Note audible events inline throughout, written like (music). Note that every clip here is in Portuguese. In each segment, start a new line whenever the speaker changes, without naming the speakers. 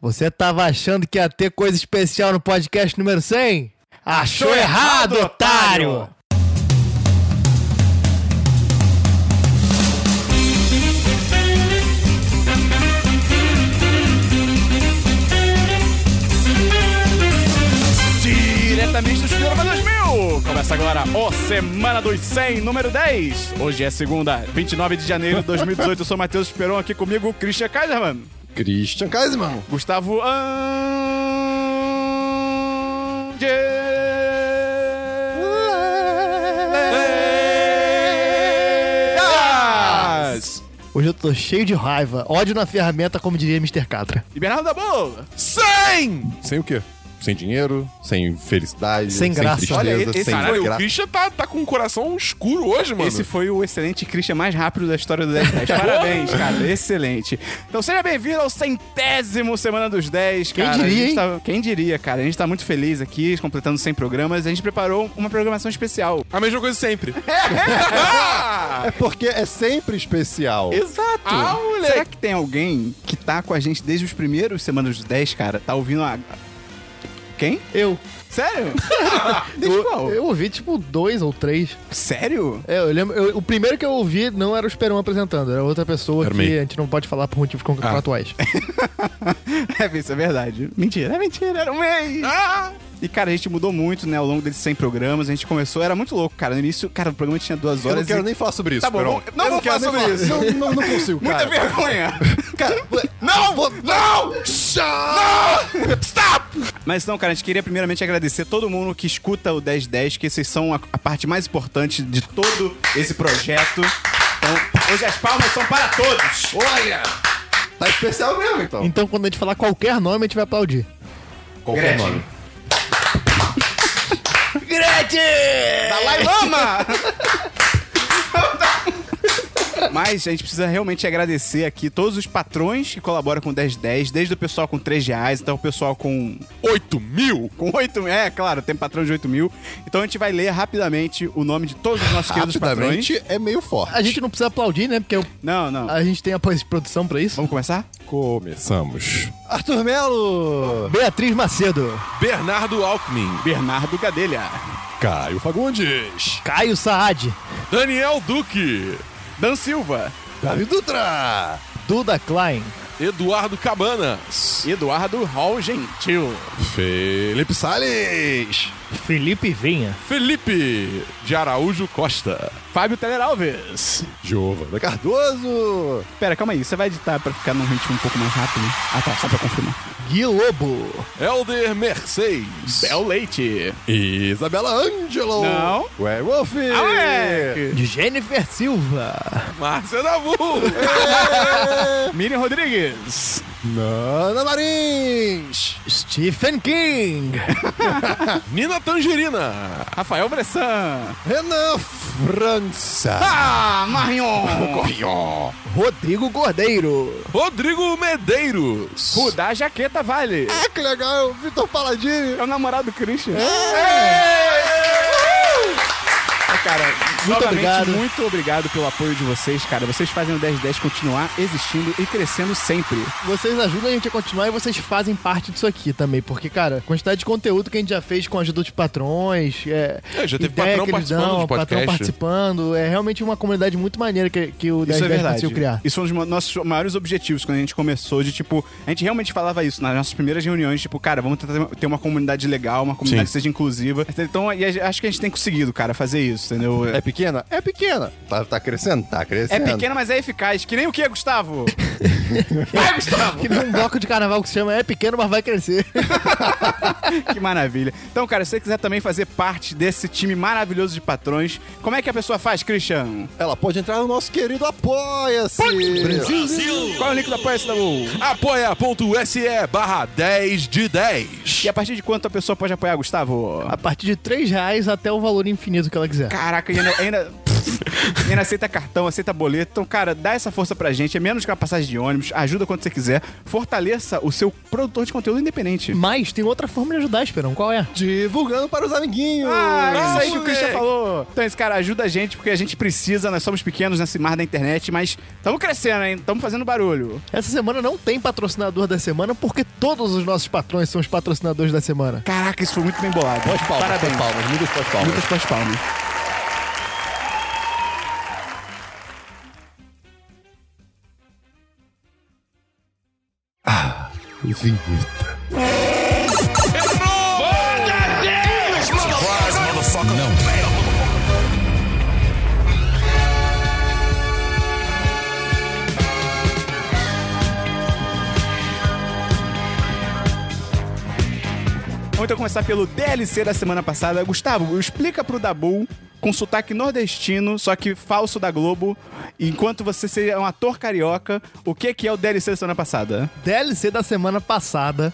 Você tava achando que ia ter coisa especial no podcast número 100? Achou errado, otário!
Diretamente do Estúdio Lava 2000! Começa agora o Semana dos 100, número 10. Hoje é segunda, 29 de janeiro de 2018. Eu sou o Matheus Esperon, aqui comigo o Christian Kaiserman.
Christian Kaisman.
Gustavo Angelas.
Hoje eu tô cheio de raiva, ódio na ferramenta, como diria Mr. Catra.
E Bernardo da Bola.
100! Sem o quê? Sem dinheiro, sem felicidade,
Sem graça.
tristeza,
Olha, esse
sem
foi
Caralho, o
graça.
Christian tá, tá com o coração escuro hoje, mano.
Esse foi o excelente Christian mais rápido da história do 10 (laughs) 10. Parabéns, cara. Excelente. Então seja bem-vindo ao centésimo Semana dos 10,
Quem
cara. A
diria,
gente
hein?
tá- Quem diria, cara. A gente tá muito feliz aqui, completando 100 programas. A gente preparou uma programação especial.
A mesma coisa sempre. (laughs)
É porque é sempre especial.
Exato.
Ah, moleque.
Será que tem alguém que tá com a gente desde os primeiros Semanas dos 10, cara? Tá ouvindo a... Quem?
Eu.
Sério?
Eu,
(laughs) Desde qual?
eu ouvi tipo dois ou três.
Sério?
É, eu lembro. eu- o primeiro que eu ouvi não era o Esperão apresentando, era outra pessoa
Era
que
meio.
a gente não pode falar por motivos contratuais.
(laughs) É, isso é verdade. Mentira, é mentira, era um mês.
Ah,
E, cara, a gente mudou muito, né, ao longo desses 100 programas. A gente começou, era muito louco, cara. No início, cara, o programa tinha duas
Eu
horas
não quero
e...
nem falar sobre isso,
Tá bom,
Perón.
vamos- não
Eu
vou falar
quero nem
sobre
Não, não, não consigo,
(laughs) Muita
cara.
vergonha!
(laughs) Cara,
não! Não! Não! Stop!
Mas não, cara, a gente queria primeiramente agradecer todo mundo que escuta o 1010, que vocês são a, a parte mais importante de todo esse projeto. Então, hoje as palmas são para todos!
olha! Tá especial mesmo, então.
Então, quando a gente falar qualquer nome, a gente vai aplaudir.
Qualquer
Gretchen.
nome.
Dalai Lama! (laughs) Mas a gente precisa realmente agradecer aqui todos os patrões que colaboram com o 1010, desde o pessoal com 3 reais até o pessoal com
8 mil?
Com 8 mil. É, claro, tem patrão de 8 mil. Então a gente vai ler rapidamente o nome de todos os nossos queridos patrões.
Rapidamente é meio forte.
A gente não precisa aplaudir, né? Porque eu-
Não, não.
a gente tem a pós-produção pra isso.
Vamos começar?
Começamos. Arthur Melo!
Beatriz Macedo,
Bernardo Alckmin.
Bernardo Gadelha.
Caio Fagundes!
Caio Saad,
Daniel Duque.
Dan Silva.
Davi Dutra!
Duda Klein,
Eduardo Cabanas.
Eduardo Hall Gentil.
Felipe Salles!
Felipe Vinha,
Felipe de Araújo Costa.
Fábio Teller Alves.
Giovana Cardoso!
Pera, calma aí. Você vai editar pra ficar num ritmo um pouco mais rápido? Ah, tá. Só pra confirmar.
Gui Lobo,
Helder Mercedes.
Bel Leite.
Isabela Angelo!
Não.
Werewolf!
Ah, moleque.
Jennifer Silva,
Márcia Dabu.
Miriam Rodrigues.
Nana Marins!
Stephen King,
Nina Tangerina.
Rafael Bressan.
Renan
(laughs)
França!
Ah, Marion.
Corrió!
Rodrigo Cordeiro,
Rodrigo Medeiros.
Rudá Jaqueta Vale.
É.
Ah, que legal! Vitor Paladini!
É o namorado do Christian. É, cara, muito
obrigado.
Muito obrigado pelo apoio de vocês, cara. Vocês fazem o 1010 continuar existindo e crescendo sempre.
vocês ajudam a gente a continuar e vocês fazem parte disso aqui também, porque, cara, a quantidade de conteúdo que a gente já fez com a ajuda dos patrões, é,
É, já teve
ideia
patrão
que eles dão,
participando de
patrão
podcast.
participando, é realmente uma comunidade muito maneira que, que o
é
1010 conseguiu criar.
Isso foi um dos ma- nossos maiores objetivos quando a gente começou de tipo, a gente realmente falava isso nas nossas primeiras reuniões, tipo, cara, vamos tentar ter uma comunidade legal, uma comunidade
Sim.
que seja inclusiva. Então, e a- acho que a gente tem conseguido, cara, fazer isso, entendeu?
É pequena? É pequena! Tá, tá crescendo? Tá
É
crescendo.
pequena, mas é eficaz. Que nem o que, Gustavo? Vai, Gustavo!
Que nem um bloco de carnaval que se chama É Pequeno, mas vai crescer.
Que maravilha. Então, cara, se você quiser também fazer parte desse time maravilhoso de patrões, como é que a pessoa faz, Christian?
Ela pode entrar no nosso querido Apoia-se!
Qual é o link da apoia
apoia.se barra 10 de 10.
E a partir de quanto a pessoa pode apoiar, Gustavo?
A partir de 3 reais até o valor infinito que ela quiser.
Caraca, e ainda. ainda... Ele aceita cartão, aceita boleto. Então, cara, dá essa força pra gente. É menos que uma passagem de ônibus. Ajuda quando você quiser. Fortaleça o seu produtor de conteúdo independente.
Mas tem outra forma de ajudar, Esperão. Qual é?
Divulgando para os amiguinhos.
Ah,
Ah,
isso aí que o
moleque.
Christian falou. Então, esse cara ajuda a gente, porque a gente precisa, nós somos pequenos nesse mar da internet, mas estamos crescendo, hein? Estamos fazendo barulho.
Essa semana não tem patrocinador da semana, porque todos os nossos patrões são os patrocinadores da semana.
Caraca, isso foi muito bem bolado.
Pós palmas,
Parabéns.
pós palmas, muitas pós palmas.
Muitas pós palmas. Vamos então começar pelo DLC da semana passada. Gustavo, explica pro Dabu com sotaque nordestino, só que falso da Globo, enquanto você seja um ator carioca, o que que é o DLC da semana passada?
DLC da semana passada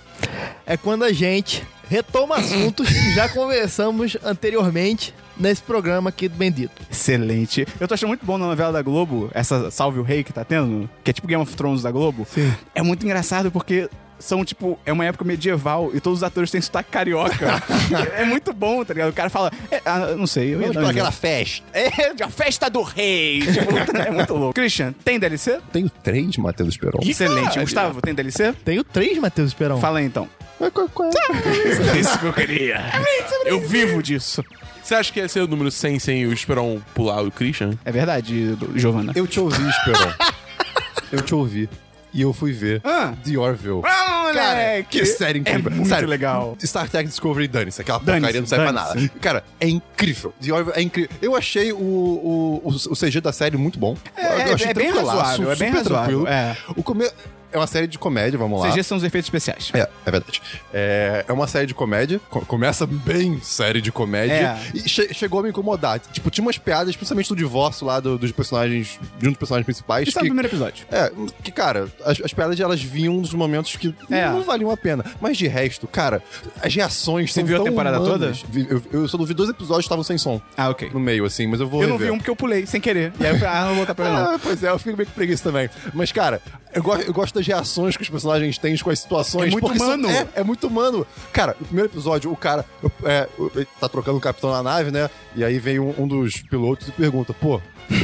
é quando a gente retoma assuntos que já conversamos anteriormente nesse programa aqui do Bendito.
Excelente. Eu tô achando muito bom na novela da Globo, essa Salve o Rei que tá tendo, que é tipo Game of Thrones da Globo.
Sim.
É muito engraçado porque são, tipo, é uma época medieval e todos os atores têm sotaque carioca. (laughs) é muito bom, tá ligado? O cara fala, "É, ah, não sei, eu ia
Vamos
dar
pra
um exemplo."
aquela festa.
É, a festa do rei. Tipo, (laughs) é muito louco. Christian, tem DLC?
Tenho três, Matheus Esperon.
Excelente.
caralho.
Gustavo, tem DLC?
Tenho três, Matheus Esperão.
Fala aí então.
Mas qual- qual é?
(laughs) Isso que eu queria. Eu vivo disso.
Você acha que ia ser o número 100 sem o Esperon pular o Christian?
É verdade, do- Giovana.
Eu te ouvi, Esperon.
(laughs)
eu te ouvi. E eu fui ver
Ah.
The Orville.
Ah,
Cara,
moleque!
que série incrível.
É muito
Sério,
legal.
Star Trek Discovery, dane-se. Aquela
Dane-se,
porcaria não serve pra
dane-se.
nada. Cara, é incrível. The Orville é incrível. Eu achei o, o, o, o CG da série muito bom.
É,
eu achei
é bem
tranquilaço,
razoável, é bem
super
razoável,
tranquilo.
é.
O come... é uma série de comédia, vamos lá.
CG são os efeitos especiais.
É, é verdade. É, é uma série de comédia. co- começa bem série de comédia.
É.
E che- chegou a me incomodar. Tipo, tinha umas piadas, principalmente do divórcio lá do- dos personagens. De um dos personagens principais.
Isso é o
que,
primeiro episódio.
é, que, cara, as, as piadas elas vinham dos momentos que
É.
não valiam a pena. Mas de resto, cara, as reações
Você
são
viu a
tão
temporada
humanas. Vi- Eu, eu só não vi dois episódios que estavam sem som.
Ah, ok.
No meio, assim, mas eu vou
Eu não
rever.
vi um porque eu pulei, sem querer. E aí eu falei, ah, não vou voltar pra lá, não.
(laughs) Ah, pois é, eu fico meio com preguiça também. Mas, cara, eu, go- eu gosto das reações que os personagens têm com as situações.
É muito
porque são-
humano.
é, é muito humano. Cara, no primeiro episódio, o cara é, ele tá trocando o capitão na nave, né? E aí vem um, um dos pilotos e pergunta, pô,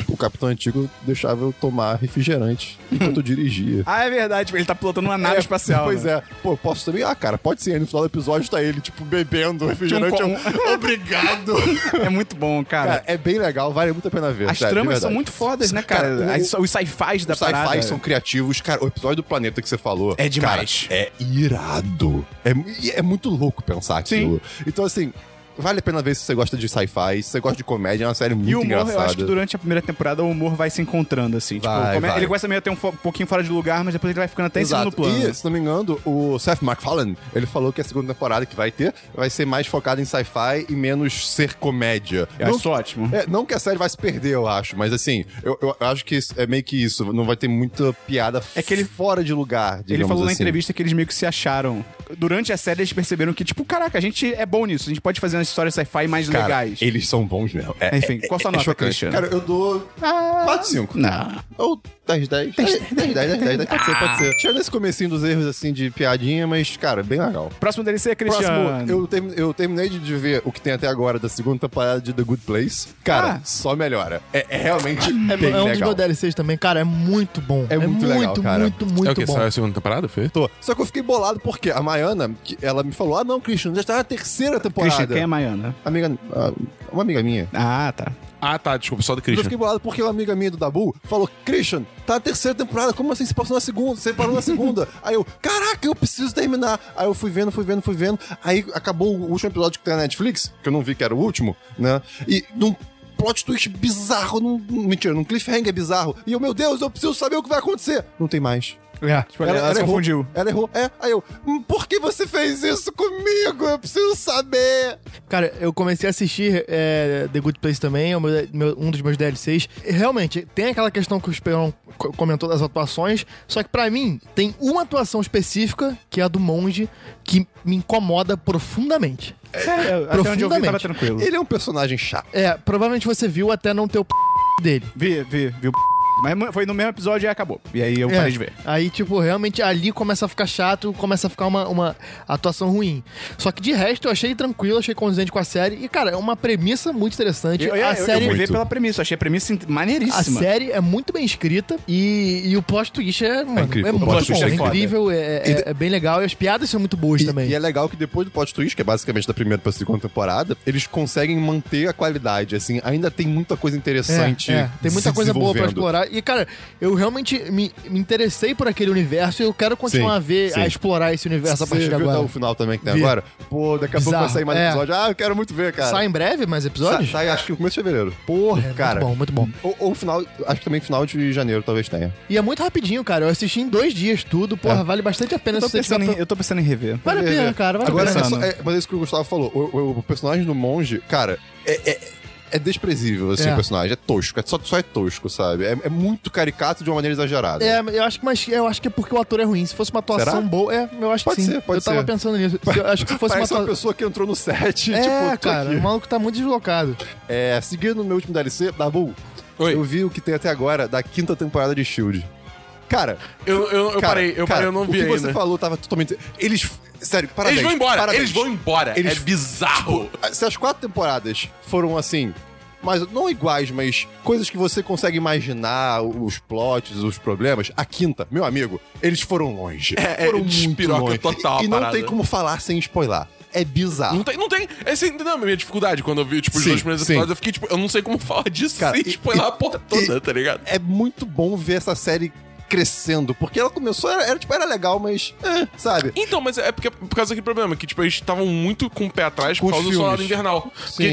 o, o capitão antigo deixava eu tomar refrigerante enquanto eu dirigia.
Ah, é verdade, ele tá pilotando uma nave
É,
espacial. né?
Pois é. Pô, posso também? Ah, cara, pode ser. Aí no final do episódio tá ele, tipo, bebendo refrigerante.
Um (laughs)
Eu- Obrigado.
é. É muito bom, (laughs) cara.
Cara, é bem legal, vale muito a pena ver.
As
sério, de
tramas são
verdade.
muito fodas, né, cara?
Cara, o-
As- os sci-fis da
Os sci-fi
parada.
são criativos. Cara, o episódio do planeta que você falou.
É demais.
cara, é irado. É, e é muito louco pensar aquilo. Então, assim, vale a pena ver se você gosta de sci-fi, se você gosta de comédia. É uma série muito
E o humor,
engraçada.
eu acho que durante a primeira temporada o humor vai se encontrando, assim. tipo,
Vai,
come-
vai.
ele começa meio a ter um fo- pouquinho fora de lugar, mas depois ele vai ficando até
Exato.
em segundo plano.
E, se não me engano, o Seth MacFarlane, ele falou que a segunda temporada que vai ter vai ser mais focada em sci-fi e menos ser comédia.
Eu acho isso ótimo.
É, não que a série vai se perder, eu acho, mas assim, eu, eu acho que isso- é meio que isso. Não vai ter muita piada
É que ele-
fora de lugar, digamos
Ele falou na
assim.
entrevista que eles meio que se acharam. Durante a série, eles perceberam que, tipo, caraca, a gente é bom nisso. A gente pode fazer umas histórias sci-fi mais
Cara,
legais.
Eles são bons mesmo. É,
Enfim, qual sua nota,
chocante.
Christian?
Cara, eu dou 4, 5.
Não.
Ou É, 10, 10. 10, 10, 10, 10, 10, Pode ser, pode
Ah.
ser. Tirando esse comecinho dos erros, assim, de piadinha, mas, cara, bem legal.
Próximo DLC é
Próximo,
Cristiano.
eu, termi- eu terminei de de ver o que tem até agora da segunda temporada de The Good Place. Cara,
Ah.
só melhora. É, é realmente
É,
bem
é um dos
legal.
meus DLCs também, cara. É muito bom.
É muito legal, cara.
muito, muito
é o que?
bom.
Saiu a segunda temporada, foi?
Tô. Só que eu fiquei bolado porque a Maiana, que ela me falou: Ah, não, Christian, já está na terceira temporada.
Christian, quem é Maiana?
Amiga, ah, uma amiga minha.
Ah, tá.
Ah, tá, desculpa, só do
Eu
Christian.
fiquei bolado porque uma amiga minha do Dabu falou: Christian, tá na terceira temporada, como assim? Você passou na segunda, você parou
(laughs)
na segunda. Aí eu, caraca, eu preciso terminar. Aí eu fui vendo, fui vendo, fui vendo. Aí acabou o último episódio que tem na Netflix, que eu não vi que era o último, né? E num plot twist bizarro, num. Mentira, num cliffhanger bizarro. E eu, meu Deus, eu preciso saber o que vai acontecer. Não tem mais.
É, tipo, ela, ela se confundiu.
Errou, ela errou. É, aí eu, "Hum, por que você fez isso comigo? Eu preciso saber.
Cara, eu comecei a assistir é, The Good Place também, é o meu- meu- um dos meus DLCs. E, realmente, tem aquela questão que o Esperão co- comentou das atuações, só que pra mim, tem uma atuação específica, que é a do monge, que me incomoda profundamente.
Sério, até onde eu vi,
Profundamente.
tava tranquilo.
Ele é um personagem chato.
É, provavelmente você viu até não ter o p... dele.
Vi, vi, vi o... Mas foi no mesmo episódio e acabou. E aí eu
É.
parei de ver.
Aí, tipo, realmente ali começa a ficar chato, começa a ficar uma, uma atuação ruim. Só que de resto eu achei tranquilo, achei condizente com a série. E, cara, é uma premissa muito interessante.
Eu, eu,
Tipo, a
eu,
série.
eu fui ver
Muito.
pela premissa. Achei a premissa in-
a
maneiríssima.
série é muito bem escrita e, e o plot twist é, mano, é,
incrível. O
muito
plot twist
bom,
é
é
foda.
incrível, é, é- é bem legal e as piadas são muito boas
E,
também.
e é legal que depois do plot twist, que é basicamente da primeira pra segunda temporada, eles conseguem manter a qualidade, assim, ainda tem muita coisa interessante.
É, é. Tem muita
se
coisa boa pra
desenvolvendo.
explorar. E, cara, eu realmente me, me interessei por aquele universo e eu quero continuar
Sim,
a ver,
sim.
a explorar esse universo a
Você
partir de
viu até
agora.
o final também que tem
Vi.
agora? Pô, daqui a pouco
Bizarro,
vai sair mais
é.
episódio. Ah, eu quero muito ver, cara.
Sai em breve mais
Sa-
episódios?
sai, acho que no começo de fevereiro.
Porra, é
Cara.
muito bom, muito bom.
Ou, ou final, acho que também final de janeiro talvez tenha.
E é muito rapidinho, cara. Eu assisti em dois dias tudo.
É.
Porra, vale bastante a pena
Eu, tô
se você
pensando
tiver...
em, eu tô pensando em rever.
Vale a pena, cara. Vale
Agora,
a pena.
é
pensando.
só- é, mas isso que o Gustavo falou, o, o- o personagem do monge, cara, é, é, é desprezível, assim,
É.
o personagem. É tosco, é só, só é tosco, sabe? É, é muito caricato de uma maneira exagerada.
É, eu acho, que, mas eu acho que é porque o ator é ruim. Se fosse uma atuação
Será?
boa, é, eu acho
Pode
que sim.
ser, pode
eu tava
ser.
pensando nisso. Se eu acho que se fosse uma
Parece uma
atuação.
pessoa que entrou no set,
É,
tipo, tô
cara,
aqui.
o maluco tá muito deslocado.
É, seguindo o meu último DLC, Dabu,
Oi.
eu vi o que tem até agora da quinta temporada de Shield. Cara,
Eu, eu, eu
cara,
parei, eu
cara,
parei, eu não
o
vi
que você
ainda.
falou tava totalmente. Eles. Sério, parabéns.
Eles vão embora,
parabéns.
eles vão embora.
Eles- Tipo, ah,
É bizarro.
Se as quatro temporadas foram assim. Mas não iguais, mas coisas que você consegue imaginar, os plots, os problemas. A quinta, meu amigo, eles foram longe.
É, é,
foram muito
despiroca
longe.
total a
E não
parada.
tem como falar sem spoiler. É bizarro.
Não tem, não tem. Essa entendeu a minha dificuldade quando eu vi, tipo, os
Sim,
dois primeiros
sim.
episódios. Eu fiquei, tipo, eu não sei como (laughs) falar disso assim,
Cara,
sem
e-
spoiler a porra toda,
e-
tá ligado?
é muito bom ver essa série crescendo, porque ela começou, era, era, tipo, era legal, mas, é, sabe?
Então, mas é porque por causa daquele problema, que, tipo, eles estavam muito com o pé atrás
Com
por
os
causa do
filmes.
Soldado Invernal. Porque,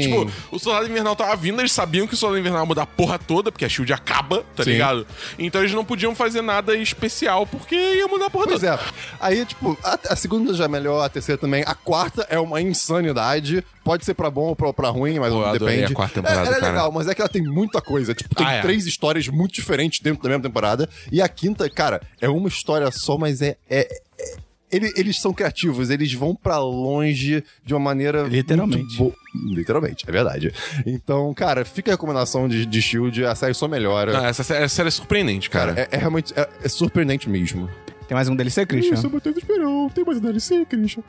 Sim.
tipo, o Soldado Invernal tava vindo, eles sabiam que o Soldado Invernal ia mudar a porra toda, porque a SHIELD acaba, tá
Sim.
ligado? Então eles não podiam fazer nada especial, porque ia mudar a porra
Pois
toda.
é. Aí, tipo, a, a segunda já é melhor, a terceira também. A quarta é uma insanidade. Pode ser pra bom ou pra, pra ruim, mas
Pô, eu adorei
depende.
a quarta temporada,
É, ela é
cara.
legal, mas é que ela tem muita coisa. Tipo, tem
Ah, é.
três histórias muito diferentes dentro da mesma temporada. E a quinta, cara, é uma história só, mas é. é- é- ele- eles são criativos, eles vão pra longe de uma maneira.
Literalmente.
muito bo- Literalmente, é verdade. Então, cara, fica a recomendação de, de Shield, a série só melhora.
Não, essa, série- essa série é surpreendente, cara.
Cara, é, é realmente é, é surpreendente mesmo.
Tem mais um DLC, Christian?
Matheus Esperão. Tem mais DLC, Christian?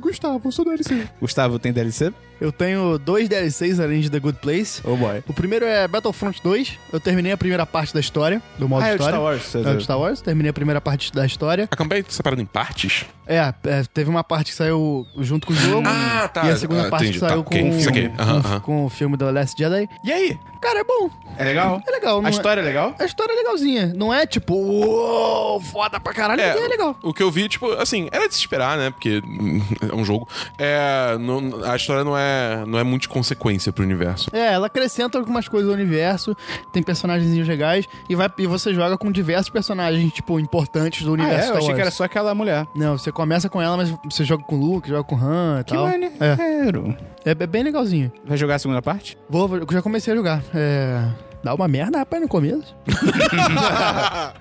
Gustavo, eu sou DLC.
Gustavo, tem DLC?
Eu tenho dois DLCs além de The Good Place.
Oh boy.
O primeiro é Battlefront 2. Eu terminei a primeira parte da história, do modo
Ah, é o de
história.
Star Wars. você
É o
viu?
de Star Wars. Terminei a primeira parte da história.
A campanha é separada em partes?
É, é, teve uma parte que saiu junto com o jogo.
Ah, tá.
E a segunda
Ah,
parte
entendi.
saiu
Tá,
com,
ok,
o-
saquei.
com,
Aham, aham.
com o filme The Last Jedi.
E aí?
Cara, é bom.
É legal?
É legal. não
A
é-
história é legal?
A história é legalzinha. Não é tipo, uou, foda pra caralho. mas É, legal.
O que eu vi, tipo, assim, era de se esperar, né? Porque (laughs) hum, é um jogo. É, não- a história não é, não é muito de consequência pro universo.
É, ela acrescenta algumas coisas ao universo, tem personagens legais, e, vai, e você joga com diversos personagens, tipo, importantes do
Ah,
universo
é?
Star
Eu achei
Wars.
que era só aquela mulher.
Não, você começa com ela, mas você joga com o Luke, joga com o Han e
Que
tal. É,
maneiro.
é, é bem legalzinho.
Vai jogar a segunda parte?
Vou, vou- eu já comecei a jogar. É. Dá uma merda, rapaz, no começo.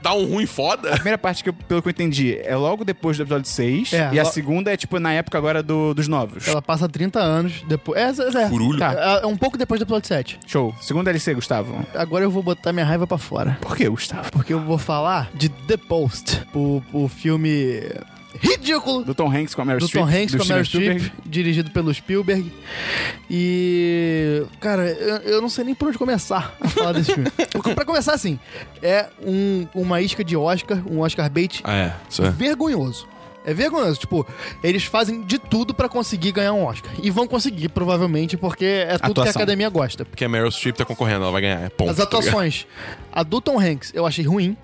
Dá um ruim foda?
A primeira parte, que eu- pelo que eu entendi, é logo depois do episódio 6.
É,
e a
lo-
segunda é, tipo, na época agora do- dos novos.
Ela passa 30 anos depois. É, é, é.
Curulho.
É, é um pouco depois do episódio 7.
Show. Segunda DLC, Gustavo.
Agora eu vou botar minha raiva pra fora.
Por que, Gustavo?
Porque eu vou falar de The Post, o, o filme ridículo
Do Tom Hanks com a Meryl
do
Streep.
Tom Hanks com a Meryl
Steven
Streep,
Spielberg.
dirigido pelo Spielberg. E. Cara, eu, eu não sei nem por onde começar a falar desse
(laughs)
filme. Porque, pra começar, assim, é um- uma isca de Oscar, um Oscar bait
Ah, é. Isso é.
vergonhoso. É vergonhoso, tipo, eles fazem de tudo pra conseguir ganhar um Oscar. E vão conseguir, provavelmente, porque é tudo que a
Atuação.
academia gosta.
Porque a Meryl Streep tá concorrendo, ela vai ganhar. É ponto.
As
tá
atuações. A do Tom Hanks eu achei ruim.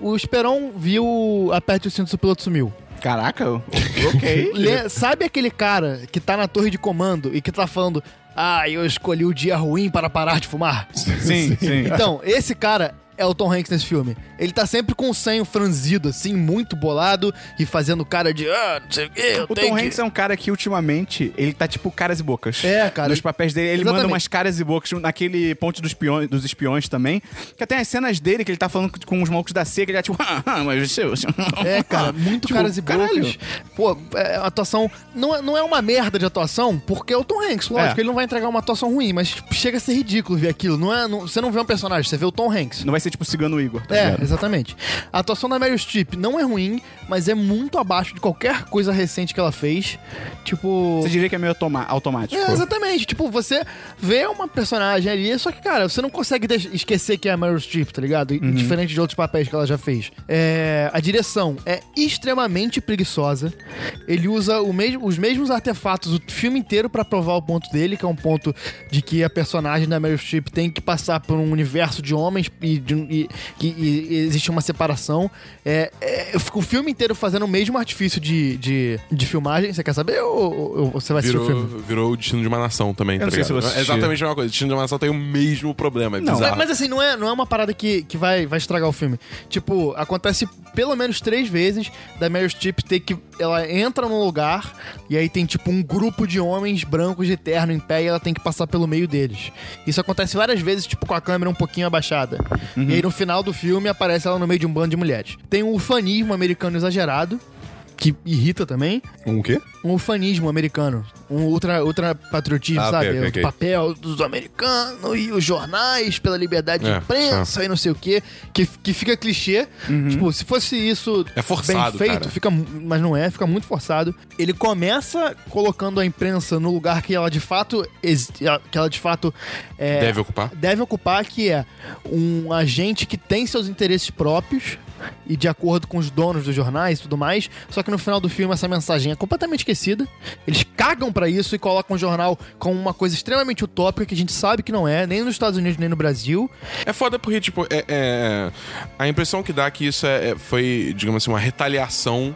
O Esperon viu Aperte o Cinto se o Piloto Sumiu.
Caraca. Ok.
(laughs) Lê- sabe aquele cara que tá na torre de comando e que tá falando Ah, eu escolhi o dia ruim para parar de fumar?
(laughs) sim, sim.
Então, esse cara é o Tom Hanks nesse filme. Ele tá sempre com o senho franzido, assim, muito bolado e fazendo cara de. Ah, não sei o quê, eu
O
tenho
Tom
que...
Hanks é um cara que ultimamente ele tá tipo caras e bocas.
É, cara.
Nos papéis dele, ele manda
Exatamente.
umas caras e bocas naquele ponte dos espiões, dos espiões também. Que tem as cenas dele que ele tá falando com os malucos da seca, ele é tipo, (laughs) ah, ah, mas você. (laughs) você-
É, cara, muito
Tipo,
caras e
caralho.
bocas. Pô, é, a atuação não é, não é uma merda de atuação, porque é o Tom Hanks, lógico,
É.
ele não vai entregar uma atuação ruim, mas tipo, chega a ser ridículo ver aquilo. Não é, não- você não vê um personagem, você vê o Tom Hanks.
Não vai ser tipo cigano Igor. tá
É,
ligado?
exatamente. A atuação da Meryl Streep não é ruim, mas é muito abaixo de qualquer coisa recente que ela fez. Tipo.
Você diria que é meio automa- automático.
É, exatamente. Tipo, você vê uma personagem ali, só que, cara, você não consegue deix- esquecer que é a Meryl Streep, tá ligado? E- Diferente de outros papéis que ela já fez. É, a direção é extremamente preguiçosa. Ele usa o mesmo- os mesmos artefatos o filme inteiro pra provar o ponto dele, que é um ponto de que a personagem da Meryl Streep tem que passar por um universo de homens e, de um- e- que- e- e existe uma separação. É, é, eu fico o filme inteiro fazendo o mesmo artifício de, de, de filmagem. Você quer saber ou, ou- ou você vai assistir o tipo, filme?
Virou, virou o destino de uma nação também,
Eu
tá
não sei
ligado?
se eu vou
É
assistir.
exatamente a mesma coisa. O destino de uma nação tem o mesmo problema. É
Não.
bizarro.
Mas, mas assim, não é, não é uma parada que, que vai, vai estragar o filme. Tipo, acontece pelo menos três vezes da Meryl Streep ter que. Ela entra num lugar e aí tem, tipo, um grupo de homens brancos de terno em pé e ela tem que passar pelo meio deles. Isso acontece várias vezes, tipo, com a câmera um pouquinho abaixada. E aí no final do filme aparece ela no meio de um bando de mulheres. Tem um ufanismo americano exagerado, que irrita também
Um quê?
um ufanismo americano. Um ultra, ultra patriotismo,
Ah,
sabe?
ok, ok,
o
ok.
papel dos americanos e os jornais pela liberdade de
É,
imprensa e não sei o quê. Que, que fica clichê. Tipo, se fosse isso
É forçado,
bem feito,
cara.
fica, mu- mas não é, fica muito forçado. Ele começa colocando a imprensa no lugar que ela de fato. exi- Que ela de fato. é,
Deve ocupar.
deve ocupar, que é um agente que tem seus interesses próprios e de acordo com os donos dos jornais e tudo mais. Só que no final do filme essa mensagem é completamente esquecida. Eles cagam pra isso e colocam o jornal como uma coisa extremamente utópica que a gente sabe que não é, nem nos Estados Unidos nem no Brasil.
É foda porque, tipo, é, é- a impressão que dá é que isso é, é- foi, digamos assim, uma retaliação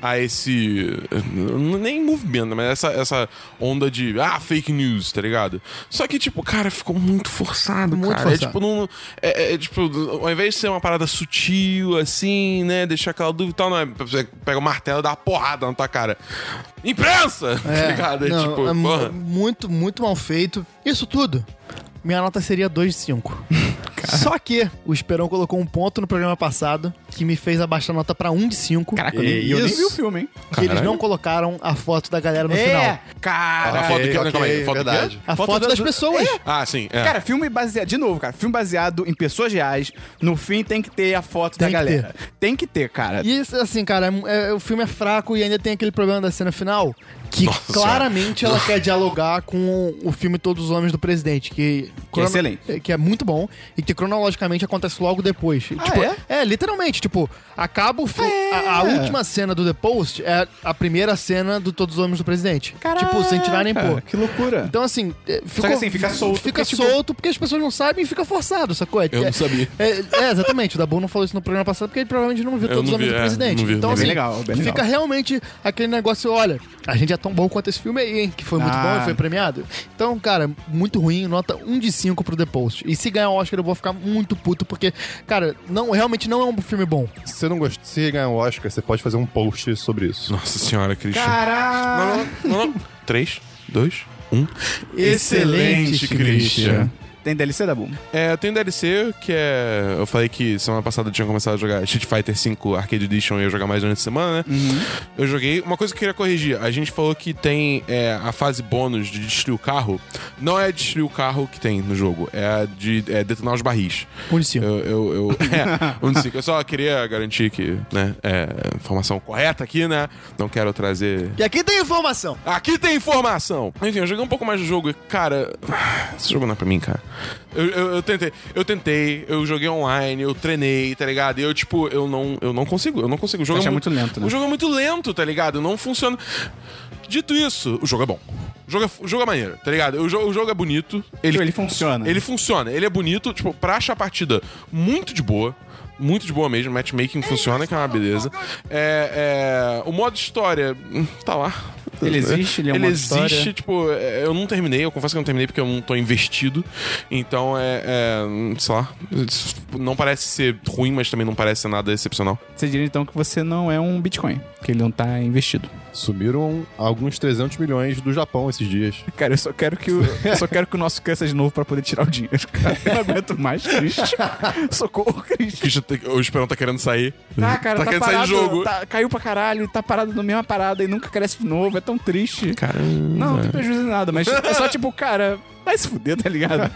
a esse. n- Nem movimento, mas essa, essa onda de. Ah, fake news, tá ligado? Só que, tipo, cara, ficou muito forçado,
Muito
cara.
forçado.
É tipo, não. É, é, tipo, ao invés de ser uma parada sutil, assim, né? Deixar aquela dúvida e tal, não é. Você pega o martelo e dá uma porrada na tua cara. Imprensa! (laughs) tá ligado? É
não,
tipo,
é mu-
porra.
muito, muito mal feito. Isso tudo. Minha nota seria 2 de 5. Só que o Esperão colocou um ponto no programa passado que me fez abaixar a nota pra 1 um de 5.
Caraca, eu nem,
Que
eu nem
isso?
vi o filme, hein? É.
que eles não colocaram a foto da galera no final.
Cara.
A foto do quê?
Ok,
Calma aí, a foto do quê?
verdade.
A
Foto
foto,
da-
das
do-
pessoas.
Ah, sim. É.
Cara, filme baseado. De novo, cara, filme baseado em pessoas reais. No fim tem que ter a foto
Tem
da
que
galera. Tem que ter, cara.
E isso, assim, cara, é- é- o filme é fraco e ainda tem aquele problema da cena final que claramente (laughs) ela quer dialogar com o filme Todos os Homens do Presidente, que, crono-
excelente.
que é muito bom e que cronologicamente acontece logo depois.
Ah,
tipo,
é?
literalmente, tipo, acaba o filme,
É.
a, a última cena do The Post é a primeira cena do Todos os Homens do Presidente. Tipo, sem tirar nem pôr.
Que loucura.
Então, assim, é, ficou,
assim, fica solto,
Fica
porque, tipo-
solto porque as pessoas não sabem e fica forçado, sacou? É-
Eu
é-
não sabia.
É, é, exatamente. O Dabu não falou isso no programa passado porque ele provavelmente não viu
Eu
todos
não
os homens
vi,
do
é,
presidente.
não vi,
então,
não
vi.
assim,
Bem legal, é bem legal.
fica realmente aquele negócio: olha, a gente é tão bom quanto esse filme aí, hein? Que foi muito
Ah.
bom e foi premiado. Então, cara, muito ruim. Nota 1 de 5 pro The Post. E se ganhar o Oscar, eu vou ficar muito puto porque, cara, não, realmente não é um filme bom.
Se você não gosta, se ganhar um Oscar, você pode fazer um post sobre isso.
Nossa senhora, Christian.
Caraca.
Não, não, não. (laughs) Três, dois, um.
Excelente, Christian.
Tem DLC da Boom.
É, tem um DLC que é. Eu falei que semana passada eu tinha começado a jogar Street Fighter V Arcade Edition e ia jogar mais durante a semana, né? Eu joguei. Uma coisa que eu queria corrigir: a gente falou que tem é, a fase bônus de destruir o carro. Não é destruir o carro que tem no jogo, é a de é, detonar os barris.
1 de 5.
Eu, eu, (laughs) eu, é, um de cinco. Eu só queria garantir que, né, é, informação correta aqui, né? Não quero trazer
E aqui tem informação.
Aqui tem informação! Enfim, eu joguei um pouco mais do jogo e, cara. Esse jogo não é pra mim, cara. Eu, eu, eu tentei, eu tentei, eu joguei online, eu treinei, tá ligado? E eu, tipo, eu não, eu não consigo, eu não consigo. O jogo
Você acha muito lento, né?
O jogo é muito lento, tá ligado? Não funciona. Dito isso, o jogo é bom. O jogo é, o jogo é maneiro, tá ligado? O, jo- o jogo é bonito. Ele,
Ele funciona.
ele funciona, ele é bonito, tipo, pra achar a partida muito de boa. Muito de boa mesmo, matchmaking funciona, que é uma beleza. É, é, o modo história hum, tá lá.
certas.
Ele
né?
existe, ele é
ele
uma
existe,
história.
tipo, é, eu não terminei, eu confesso que eu não terminei porque eu não tô investido. Então é, é, sei lá, não parece ser ruim, mas também não parece ser nada excepcional.
Você diria então que você não é um Bitcoin, que ele não tá investido.
Sumiram alguns 300 milhões do Japão esses dias.
Cara, eu só quero que o, eu só quero que o nosso cresça de novo pra poder tirar o dinheiro, cara. Eu não aguento mais, Christian. (laughs) Socorro, Christian.
Christian tá- O Esperão tá querendo sair.
Tá, cara, tá,
querendo
parado,
sair do jogo.
tá- caiu pra caralho, tá parado na mesma parada e nunca cresce de novo, é tão triste.
Caramba.
Não, não tem prejuízo em nada, mas é só tipo, cara, vai se fuder, tá ligado?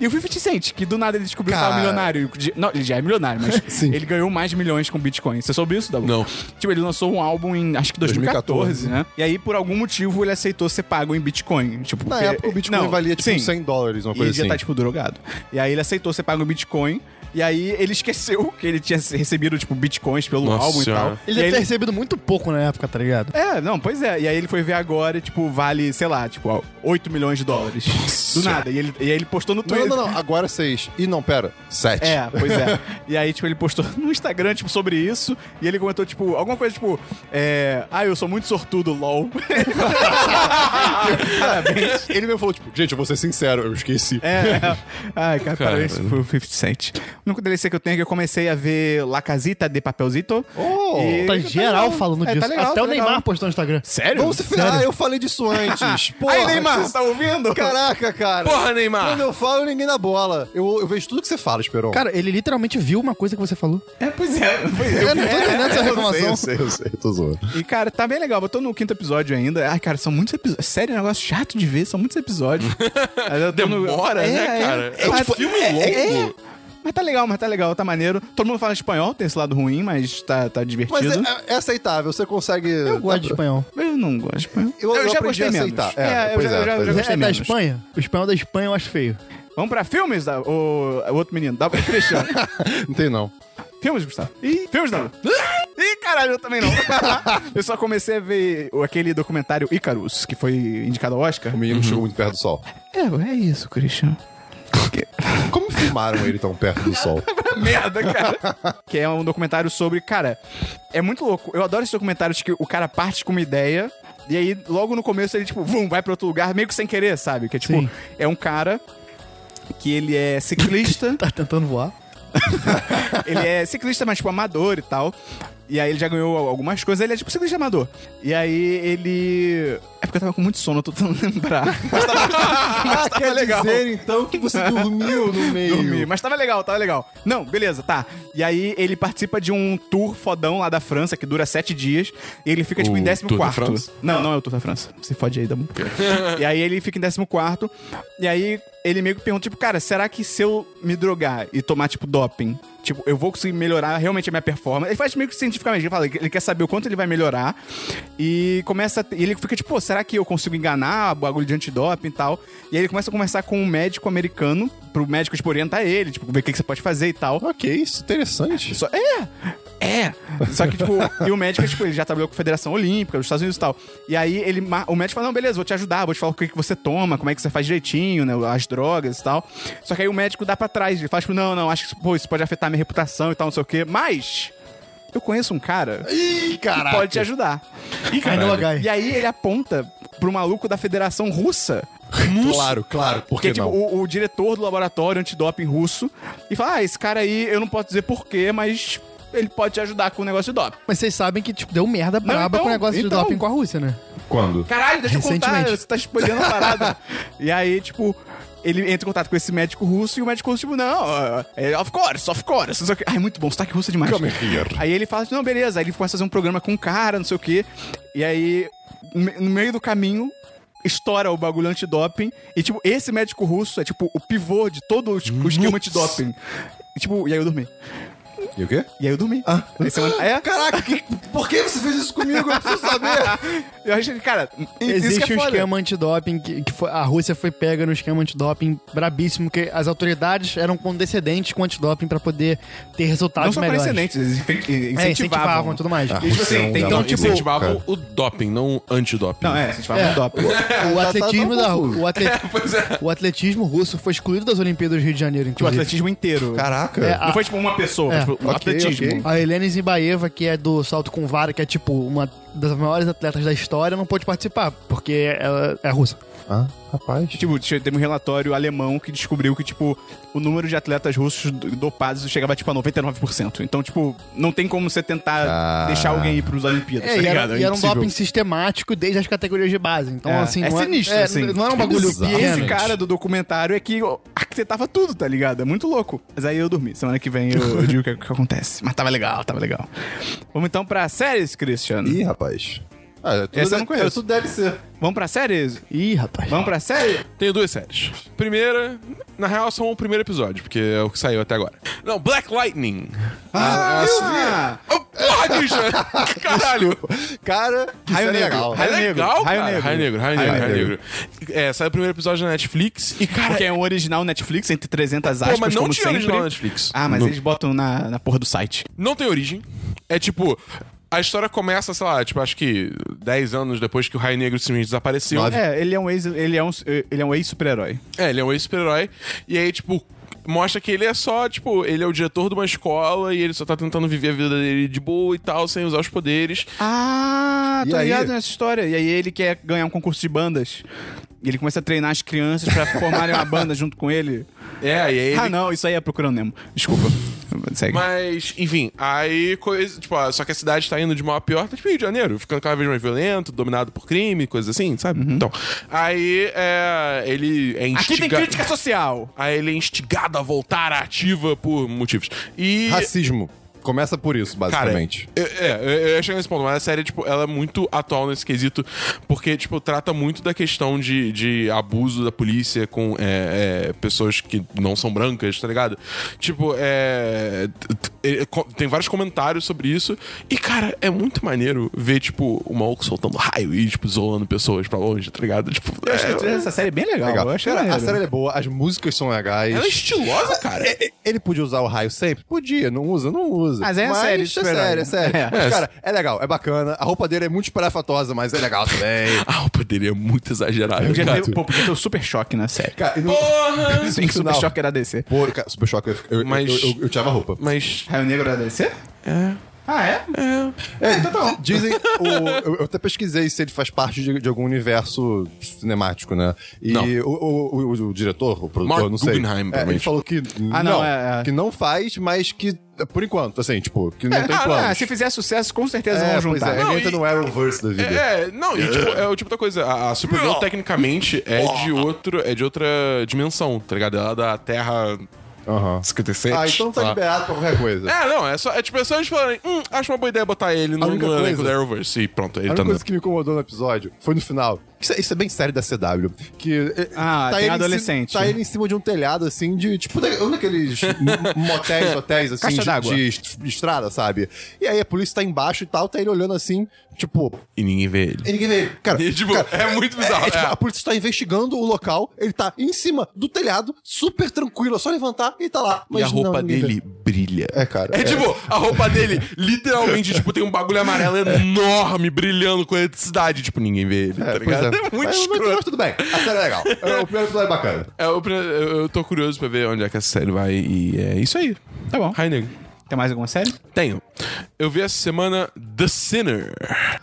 E o 50 Cent, que do nada ele descobriu que
Cara.
tava milionário. De- Não, ele já é milionário, mas ele ganhou mais milhões com Bitcoin. Você soube isso, Dabu?
Não.
Tipo, ele lançou um álbum em, acho que 2014, né? E aí, por algum motivo, ele aceitou ser pago em Bitcoin. Tipo,
Na
porque-
época o Bitcoin
Não,
valia tipo
sim.
100 dólares, uma
E ele
coisa
já
assim.
tá, tipo, drogado. E aí ele aceitou ser pago em Bitcoin. E aí ele esqueceu que ele tinha recebido, tipo, Bitcoins pelo
Nossa
álbum
senhora.
e tal.
Ele é
e aí
deve ter recebido muito pouco na época, tá ligado?
é, não, pois é. E aí ele foi ver agora e, tipo, vale, sei lá, tipo, ó, 8 milhões de dólares. Do nada. E, ele, e aí ele postou
tá
no
Não,
Twitter.
não, não, agora seis. E não, pera, sete.
É, pois é. E aí, tipo, ele postou no Instagram, tipo, sobre isso. E ele comentou, tipo, alguma coisa, tipo, é. Ah, eu sou muito sortudo, lol. (laughs) Parabéns.
(laughs) Ele mesmo falou, tipo, gente, eu vou ser sincero, eu esqueci.
É. (laughs) Ai, cara,
Cara,
parabéns
velho.
pro 50 Cent. O único DLC que eu tenho é que eu comecei a ver La Casita de Papelzito.
Oh,
E-
Tá geral
legal.
falando
É, tá
disso.
legal,
Até
tá
o Neymar
legal.
postou no Instagram.
Sério?
Vamos se ferrar, eu falei disso antes. Porra,
Aí, Neymar,
vocês-
tá ouvindo?
Caraca, cara.
Porra, Neymar!
Quando eu falo, ninguém na bola. Eu, eu vejo tudo que você fala, Esperon.
Cara, ele literalmente viu uma coisa que você falou.
É, pois é. Pois é.
eu não tô entendendo essa reclamação.
sei, eu sei, eu tô zoando.
E, cara, tá bem legal. Eu tô no quinto episódio ainda. Ai, cara, são muitos episódios. Sério, é um negócio chato de ver, são muitos episódios. Mas eu tô no-
Demora, né,
É, é.
cara? É,
Mas-
um filme longo.
é, é. Mas tá legal, mas tá legal, tá maneiro. Todo mundo fala espanhol, tem esse lado ruim, mas tá, tá divertido.
Mas é, é aceitável, você consegue.
Eu gosto de espanhol.
Eu não gosto de espanhol.
Eu- eu aprendi a
menos.
aceitar.
É,
É,
eu
pois
já,
é,
eu já-
pois
já
é.
É
gostei
da
menos.
Espanha? O espanhol da Espanha eu acho feio. (laughs)
Vamos pra filmes, da, o, o outro menino, da, o (laughs) Christian.
(laughs) Não tem, não.
Filmes, Gustavo. Ih, filmes não. (laughs) Ih, caralho, eu também não. (laughs) eu só comecei a ver o- aquele documentário Icarus, que foi indicado ao Oscar.
O menino chegou muito perto do sol.
É, é isso, Christian.
Como filmaram ele tão perto do sol? (laughs)
Merda, cara. que é um documentário sobre, cara, é muito louco. Eu adoro esses documentários que o cara parte com uma ideia e aí logo no começo ele tipo, vum, vai pra outro lugar, meio que sem querer, sabe? Que é tipo,
Sim.
é um cara que ele é
(laughs)
ciclista,
Tá tentando voar?
Tá.
ele é ciclista, mas tipo amador e tal. E aí ele já ganhou algumas coisas, ele é tipo ciclista amador. E aí ele. É porque eu tava com muito sono, eu tô tentando (laughs) lembrar. (laughs) Mas tava, mas tava
tá Ah, Quer
legal.
dizer, então, que você dormiu no meio.
Dormi, mas tava legal, tava legal. Não, beleza, tá. E aí ele participa de um tour fodão lá da França, que dura sete dias, e ele fica, tipo, em
O
décimo
Tour da
quarto.
França?
Não, não é o Tour da França. Se fode aí, Dabu. e aí ele fica em décimo quarto, e aí ele meio que pergunta, tipo, cara, será que se eu me drogar e tomar, tipo, doping, tipo, eu vou conseguir melhorar realmente a minha performance? Ele faz meio que cientificamente, ele fala, ele quer saber o quanto ele vai melhorar, e começa, a- e ele fica, tipo, pô, será que eu consigo enganar o bagulho de antidoping e tal? E aí ele começa a conversar com um médico americano, pro médico, tipo, orientar ele, tipo, ver o que, que você pode fazer e tal.
Ok, isso é interessante.
Só- é! É! Só que, tipo, (laughs) e o médico, tipo, ele já trabalhou com a Federação Olímpica dos Estados Unidos e tal. E aí ele, ma- o médico fala, não, beleza, vou te ajudar, vou te falar o que, que você toma, como é que você faz direitinho, né, as drogas e tal. Só que aí o médico dá pra trás, ele fala, tipo, não, não, acho que pô, isso pode afetar minha reputação e tal, não sei o quê. Mas, eu conheço um cara
Ih,
que
caraca.
pode te ajudar.
Ai, não,
E aí ele aponta pro maluco da Federação Russa
Claro, claro, por
porque,
que
tipo,
não?
o, o diretor do laboratório antidoping russo e fala: Ah, esse cara aí, eu não posso dizer porquê, mas ele pode te ajudar com o negócio de doping.
Mas vocês sabem que tipo, deu merda braba
então,
com o negócio
então.
de doping com a Rússia, né?
Quando?
Caralho, deixa eu contar,
Recentemente.
você tá espalhando a parada. (laughs) e aí, tipo, ele entra em contato com esse médico russo e o médico russo, tipo, não, ó, é, of course, of course. não sei o quê. Ai, muito bom, sotaque russo é demais.
Come here.
Aí ele fala assim, não, beleza. Aí ele começa a fazer um programa com um cara, não sei o quê. E aí, me- no meio do caminho, estoura o bagulho antidoping. E, tipo, esse médico russo é, tipo, o pivô de todo o, tipo, o esquema antidoping. E, tipo, e aí eu dormi.
E o quê?
E aí eu dormi. Ah. Semana... É,
Caraca, que- por que você fez isso comigo? Eu preciso saber.
eu achei, que, cara, isso
Existe
que é
um
foda.
esquema antidoping que, que foi, a Rússia foi pega no esquema antidoping brabíssimo, que as autoridades eram condescendentes com o antidoping pra poder ter
Não
resultados
só
melhores.
precedentes, eles infe- incentivavam.
É, incentivavam e tudo mais.
Ah.
E, tipo assim,
Isso é um
então,
galão
Não,
de
tipo...
incentivo.
incentivavam o doping, não o antidoping.
Não, é, incentivavam o
Tipo,
doping.
O atletismo
tá
da
confuso.
o, (laughs) atle- o é. atletismo russo foi excluído das Olimpíadas do Rio de Janeiro,
Tipo, o
inclusive.
atletismo inteiro.
Caraca.
É,
Não
a-
foi, tipo, uma pessoa,
É.
foi,
exemplo, o
Ok,
atletismo.
ok.
A Helene Zimbaeva, que é do salto com vara, que é tipo uma das maiores atletas da história, não pôde participar, porque ela é russa.
Ah, rapaz.
Tipo, che- teve um relatório alemão que descobriu que, tipo, o número de atletas russos do- dopados chegava, tipo, a 99%. Então, tipo, não tem como você tentar
Ah.
deixar alguém ir pros Olimpíadas,
É,
tá
e
ligado?
era, e era um
impossível.
doping sistemático desde as categorias de base. Então,
É,
assim,
é
não
sinistro,
é,
assim.
Não era um bagulho
Bizarro.
pequeno.
Esse cara do documentário é que ó, arquitetava tudo, tá ligado? É muito louco. Mas aí eu dormi. Semana que vem eu, eu digo o que, o que acontece. Mas tava legal, tava legal. Vamos então pra séries, Christian.
Ih, rapaz. Ah, é tudo
Essa eu
D-
não conheço.
é tudo DLC.
Vamos pra séries?
Ih, rapaz.
Vamos pra série?
Tenho duas séries. Primeira, na real, só um primeiro episódio, porque é o que saiu até agora. Não, Black Lightning.
Ah,
Oh, porra,
(laughs)
Christian! Caralho!
Cara, que
Raio
série
Negro.
legal.
Raio
É legal,
Negro, Raio
cara.
Negro.
Raio Negro, Raio Negro,
Raio
Raio Negro. É, saiu o primeiro episódio na Netflix e, cara...
Porque é um original Netflix, entre 300 aspas,
Pô, mas não
como
tinha
sempre.
original Netflix.
Ah, mas
Não.
eles botam na, na porra do site.
não tem origem. É tipo. A história começa, sei lá, tipo, acho que 10 anos depois que o Raio Negro simplesmente desapareceu. É,
É, ele é um ex, ele é um, ele é um ex-super-herói.
é, ele é um ex-super-herói. E aí, tipo, mostra que ele é só, tipo, ele é o diretor de uma escola e ele só tá tentando viver a vida dele de boa e tal, sem usar os poderes.
Ah,
E
tô
aí?
ligado nessa história. E aí ele quer ganhar um concurso de bandas. E ele começa a treinar as crianças pra formarem uma banda junto com ele.
É, e aí ele.
Ah, não, isso aí é Procurando Nemo. Desculpa. Segue.
Mas, enfim, aí coisa. Tipo, ó, só que a cidade tá indo de mal a pior, tá tipo Rio de Janeiro, ficando cada vez mais violento, dominado por crime, coisas assim, sabe? Então. Aí é, ele é
Uhum. Ah, Aqui tem
instiga...
crítica social.
Aí ele é instigado a voltar à ativa por motivos. E.
Racismo. Começa por isso,
Cara,
basicamente.
é, é, eu- eu ia chegar nesse ponto, mas a série, tipo, ela é muito atual nesse quesito, porque, tipo, trata muito da questão de, de abuso da polícia com é, é, pessoas que não são brancas, tá ligado? Tipo, é, t- t- é, co- tem vários comentários sobre isso, e, cara, é muito maneiro ver, tipo, o maluco soltando raio e, tipo, isolando pessoas pra longe, tá ligado? Tipo,
Eu acho
é,
que essa série é bem legal.
legal.
Eu achei
Cara, a
maneiro.
série é boa, as músicas são legais.
ela é estilosa, cara.
É, é, Ele podia usar o raio sempre? Podia, não usa, não usa.
Mas é
mas
série
é
de super-herói,
sério,
né?
é sério.
É.
Mas, cara, é legal, é bacana. A roupa dele é muito espalhafatosa, mas é legal
(laughs)
também.
A roupa dele é muito exagerada.
Podia
cara.
ter, Um pô, podia ter o super choque na série.
Cara, e no...
(laughs)
Porra!
Sim, que super
Não.
choque é era DC.
Pô, cara, super choque, eu, eu,
Mas-
eu, eu, eu tirava a roupa.
Mas
Raio Negro era DC? É. Ah, é?
É, então tá bom. (laughs) Dizem, o- eu, eu até pesquisei se ele faz parte de, de algum universo cinemático, né? E
Não.
O, o- o- o diretor, o produtor,
Mark
não sei.
Guggenheim,
é, ele
provavelmente.
falou que
Ah, não,
não,
é, é.
que não faz, mas que é, por enquanto, assim, tipo, que não tem
Ah,
planos.
não, se fizer sucesso, com certeza
é,
vão
pois
juntar.
é,
Não,
ele entra
e-
no Arrowverse da vida.
É, é, não, e, tipo, é o tipo da coisa. A, a Supergirl, tecnicamente, é de, outro, é de outra dimensão, tá ligado? Ela é da Terra
Aham.
é.
57.
Ah, então tá
sei lá.
liberado pra qualquer coisa.
É, não, é só. É tipo, é só eles falarem, hum, acho uma boa ideia botar ele no,
A única
no elenco
coisa-
da Arrowverse e pronto, ele
A
tá
única
no.
coisa que me incomodou no episódio foi no final. Isso é, isso é bem sério da CW. Que é,
Ah, tem
ele em
adolescente.
Cima, tá ele em cima de um telhado, assim, de tipo, da- um daqueles (laughs) m- motéis, hotéis, assim,
Caixa
de,
d'água.
de est- estrada, sabe? E aí a polícia tá embaixo e tal, tá ele olhando assim, tipo,
E ninguém vê ele.
e ninguém vê ele. Cara,
E, tipo,
cara,
é muito bizarro,
tipo,
é.
A polícia tá investigando o local, ele tá em cima do telhado, super tranquilo, é só levantar e tá lá. Mas
e a
não,
roupa
ninguém
dele brilha.
vê. É, cara.
É tipo, a roupa dele,
(laughs)
literalmente, tipo, tem um bagulho amarelo enorme brilhando com eletricidade. Tipo, ninguém vê ele, tá
É, pois
ligado?
é.
É, muito
mas, mas-
escroto.
mas tudo bem, a série é legal. É, O primeiro episódio é bacana.
É, eu, eu eu tô curioso pra ver onde é que essa série vai e é isso aí.
Tá bom.
Hi, nego.
Tem mais alguma série?
Tenho. Eu vi essa semana The Sinner.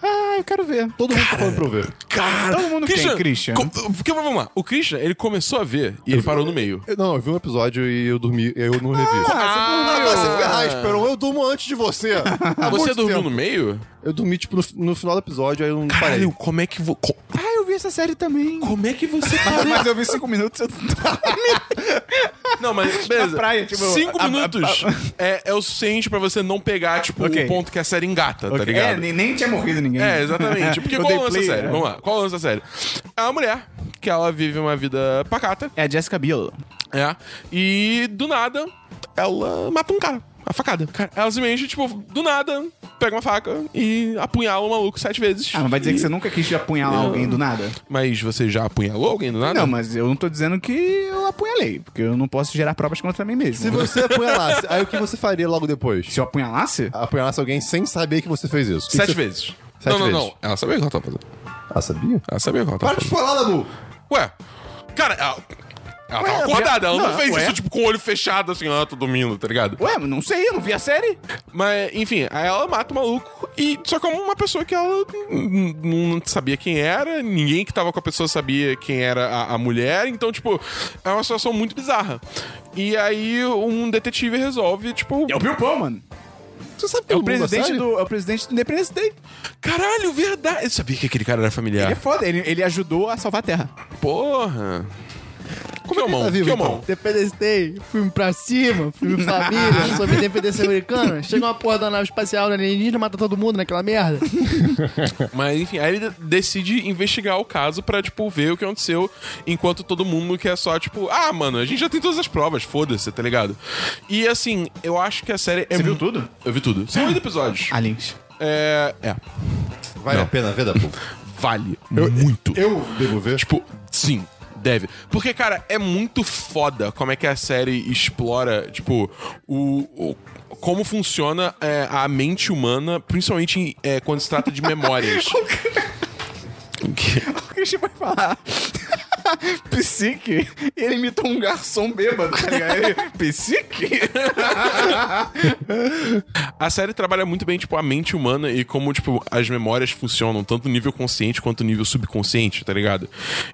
Ah, eu quero ver.
Todo mundo tá falando pra eu ver.
Cara,
Todo mundo tem Christian.
co- Porque vamos lá. O Christian, ele começou a ver e ele parou no meio.
Eu- Não, eu vi um episódio e eu dormi, eu não revi.
Ah,
vai se ferrar, Esperon, eu durmo antes de você. Há
Você
muito
dormiu
tempo.
no meio?
Ah, Eu dormi, tipo, no, no final do episódio, aí eu não parei.
Caralho, como é que vo... co-
Ah, eu vi essa série também.
Como é que você
Mas eu vi cinco minutos. Eu...
(laughs)
tá
Não, mas beleza.
Na praia, tipo,
Cinco
a- a-
minutos É, é o suficiente pra você não pegar, tipo,
Ok.
o ponto que a série engata, tá
É,
ligado?
nem, nem tinha morrido ninguém.
É, exatamente. Porque
(laughs) Eu
qual é
dei
o lance da
play,
série?
é.
Vamos lá. Qual é o lance da série? É uma mulher que ela vive uma vida pacata,
É a Jessica Biel.
É. E do nada, ela mata um cara. A facada. Cara, Ela simplesmente, tipo, do nada, pega uma faca e apunhala o maluco sete vezes.
Ah, mas vai dizer
E-
que você nunca quis apunhalar alguém do nada?
Mas você já apunhalou alguém do nada?
Ah, Não, mas eu não tô dizendo que eu apunhalei, porque eu não posso gerar provas contra mim mesmo.
Se você apunhalasse, aí o que você faria logo depois?
Se eu apunhalasse?
Apunhalasse alguém sem saber que você fez isso. O que
Sete
que você-
vezes.
Sete
não, não,
vezes.
não. Ela sabia o que ela tava fazendo.
Ah, sabia?
Ela sabia o que ela tava
Para de
fazendo.
falar, Dabu!
Ué, cara, ela... Ela
Ué,
tava acordada, ela não,
não,
fez
ué.
isso, tipo, com o olho fechado, assim, ah, tô dormindo, tá ligado?
Ué, mas não sei, eu não vi a série.
Mas, enfim, aí ela mata o maluco e só como uma pessoa que ela n- n- não sabia quem era, ninguém que tava com a pessoa sabia quem era a, a mulher, então, tipo, é uma situação muito bizarra. E aí um detetive resolve, tipo,
É o Bill Pullman.
Você sabe
É o
todo mundo da
presidente
série?
do, é o presidente do Independence Day.
caralho, verdade. Eu sabia que aquele cara era familiar.
Ele é foda, ele, ele ajudou a salvar a Terra.
Porra. Como é o
Ele tá
mão?
vivo,
Que é o
então.
mão?
Independence Day, filme pra cima, filme família, (laughs) sobre independência americana. Chega uma porra da nave espacial alienígena, mata todo mundo naquela merda.
Mas enfim, aí ele de- decide investigar o caso pra, tipo, ver o que aconteceu, enquanto todo mundo quer só, tipo, ah, mano, a gente já tem todas as provas, foda-se, tá ligado? E assim, eu acho que a série é.
Você viu
mu-
tudo? Ah.
Eu vi tudo. São oito episódios.
Aliens.
É. É.
Vale a pena ver, Dabu?
Vale. muito.
Eu devo ver.
Tipo, sim, deve. Porque, cara, é muito foda como é que a série explora, tipo, o. o- como funciona é, a mente humana, principalmente em, é, quando se trata de memórias. O quê?
(laughs) O Christian vai falar. (laughs) Psique, ele imitou um garçom bêbado, tá ligado? Ele, Psique?
A série trabalha muito bem, tipo, a mente humana e como, tipo, as memórias funcionam, tanto no nível consciente quanto no nível subconsciente, tá ligado?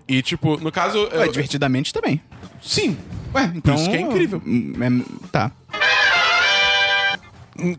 E, tipo, no caso.
Ué,
eu-
divertidamente também.
sim.
Ué, então.
isso que é incrível.
Hum, é- tá.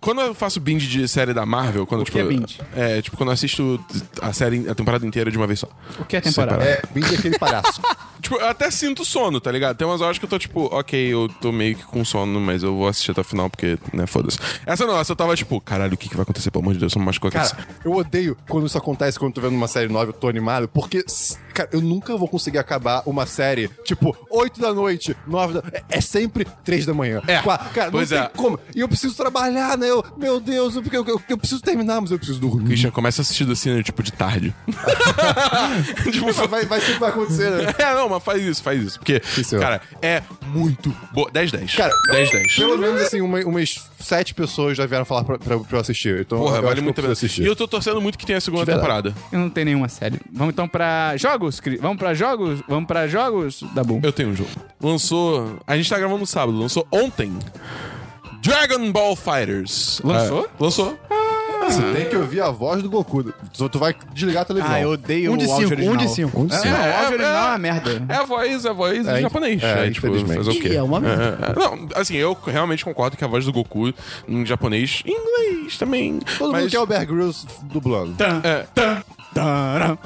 Quando eu faço binge de série da Marvel, quando,
que
tipo.
é binge?
é, tipo, quando eu assisto a série, a temporada inteira de uma vez só.
O que é a temporada?
É, vim daquele palhaço.
Tipo, eu até sinto sono, tá ligado? Tem umas horas que eu tô tipo, ok, eu tô meio que com sono, mas eu vou assistir até o final, porque, né, foda-se. Essa não, essa eu tava tipo, caralho, o que que vai acontecer? Pelo amor de Deus, eu me machucou aqui.
Cara, eu odeio quando isso acontece quando eu tô vendo uma série nova, eu tô animado, porque, s- cara, eu nunca vou conseguir acabar uma série, tipo, 8 da noite, 9 da... É, é sempre 3 da manhã.
É,
Qua- Cara,
pois
não
é.
tem como. E eu preciso trabalhar, né? Eu, meu Deus, eu, eu, eu, eu preciso terminar, mas eu preciso dormir.
Christian, começa a assistir assim, né, tipo, de tarde.
(laughs)
tipo,
Vai, vai ser o que vai acontecer, né?
é, não, mas faz isso, faz isso. Porque,
Isso é.
cara, é muito boa. 10-10. (laughs)
Cara,
10-10.
Pelo menos, assim, uma- umas sete pessoas já vieram falar pra, pra, pra eu assistir. Então,
Porra,
eu acho
vale
que
muito a
eu
pena.
preciso
E
assistir.
eu tô torcendo muito que tenha a segunda
De verdade.
temporada.
Eu não tenho nenhuma série. Vamos então pra jogos, Cris? Vamos pra jogos? Vamos pra jogos, Dabu?
Eu tenho um jogo. Lançou. A gente tá gravando no sábado, lançou ontem. Dragon Ball Fighters.
Lançou?
É, lançou.
Você tem que ouvir a voz do Goku. Tu, tu vai desligar a televisão.
Ah, eu odeio
Um de
o áudio
cinco, um
original.
de cinco.
Um de cinco.
Não, o áudio
É,
original é,
é.
uma merda.
É a voz, é a voz
É,
em japonês.
é,
É, tipo,
infelizmente.
fazer o quê?
E é uma merda.
É, é. Não, assim, eu realmente concordo que a voz do Goku em japonês, em inglês também.
Todo
mas
mundo quer o Bear Grylls dublando.
Tan,
É.
tan, taran.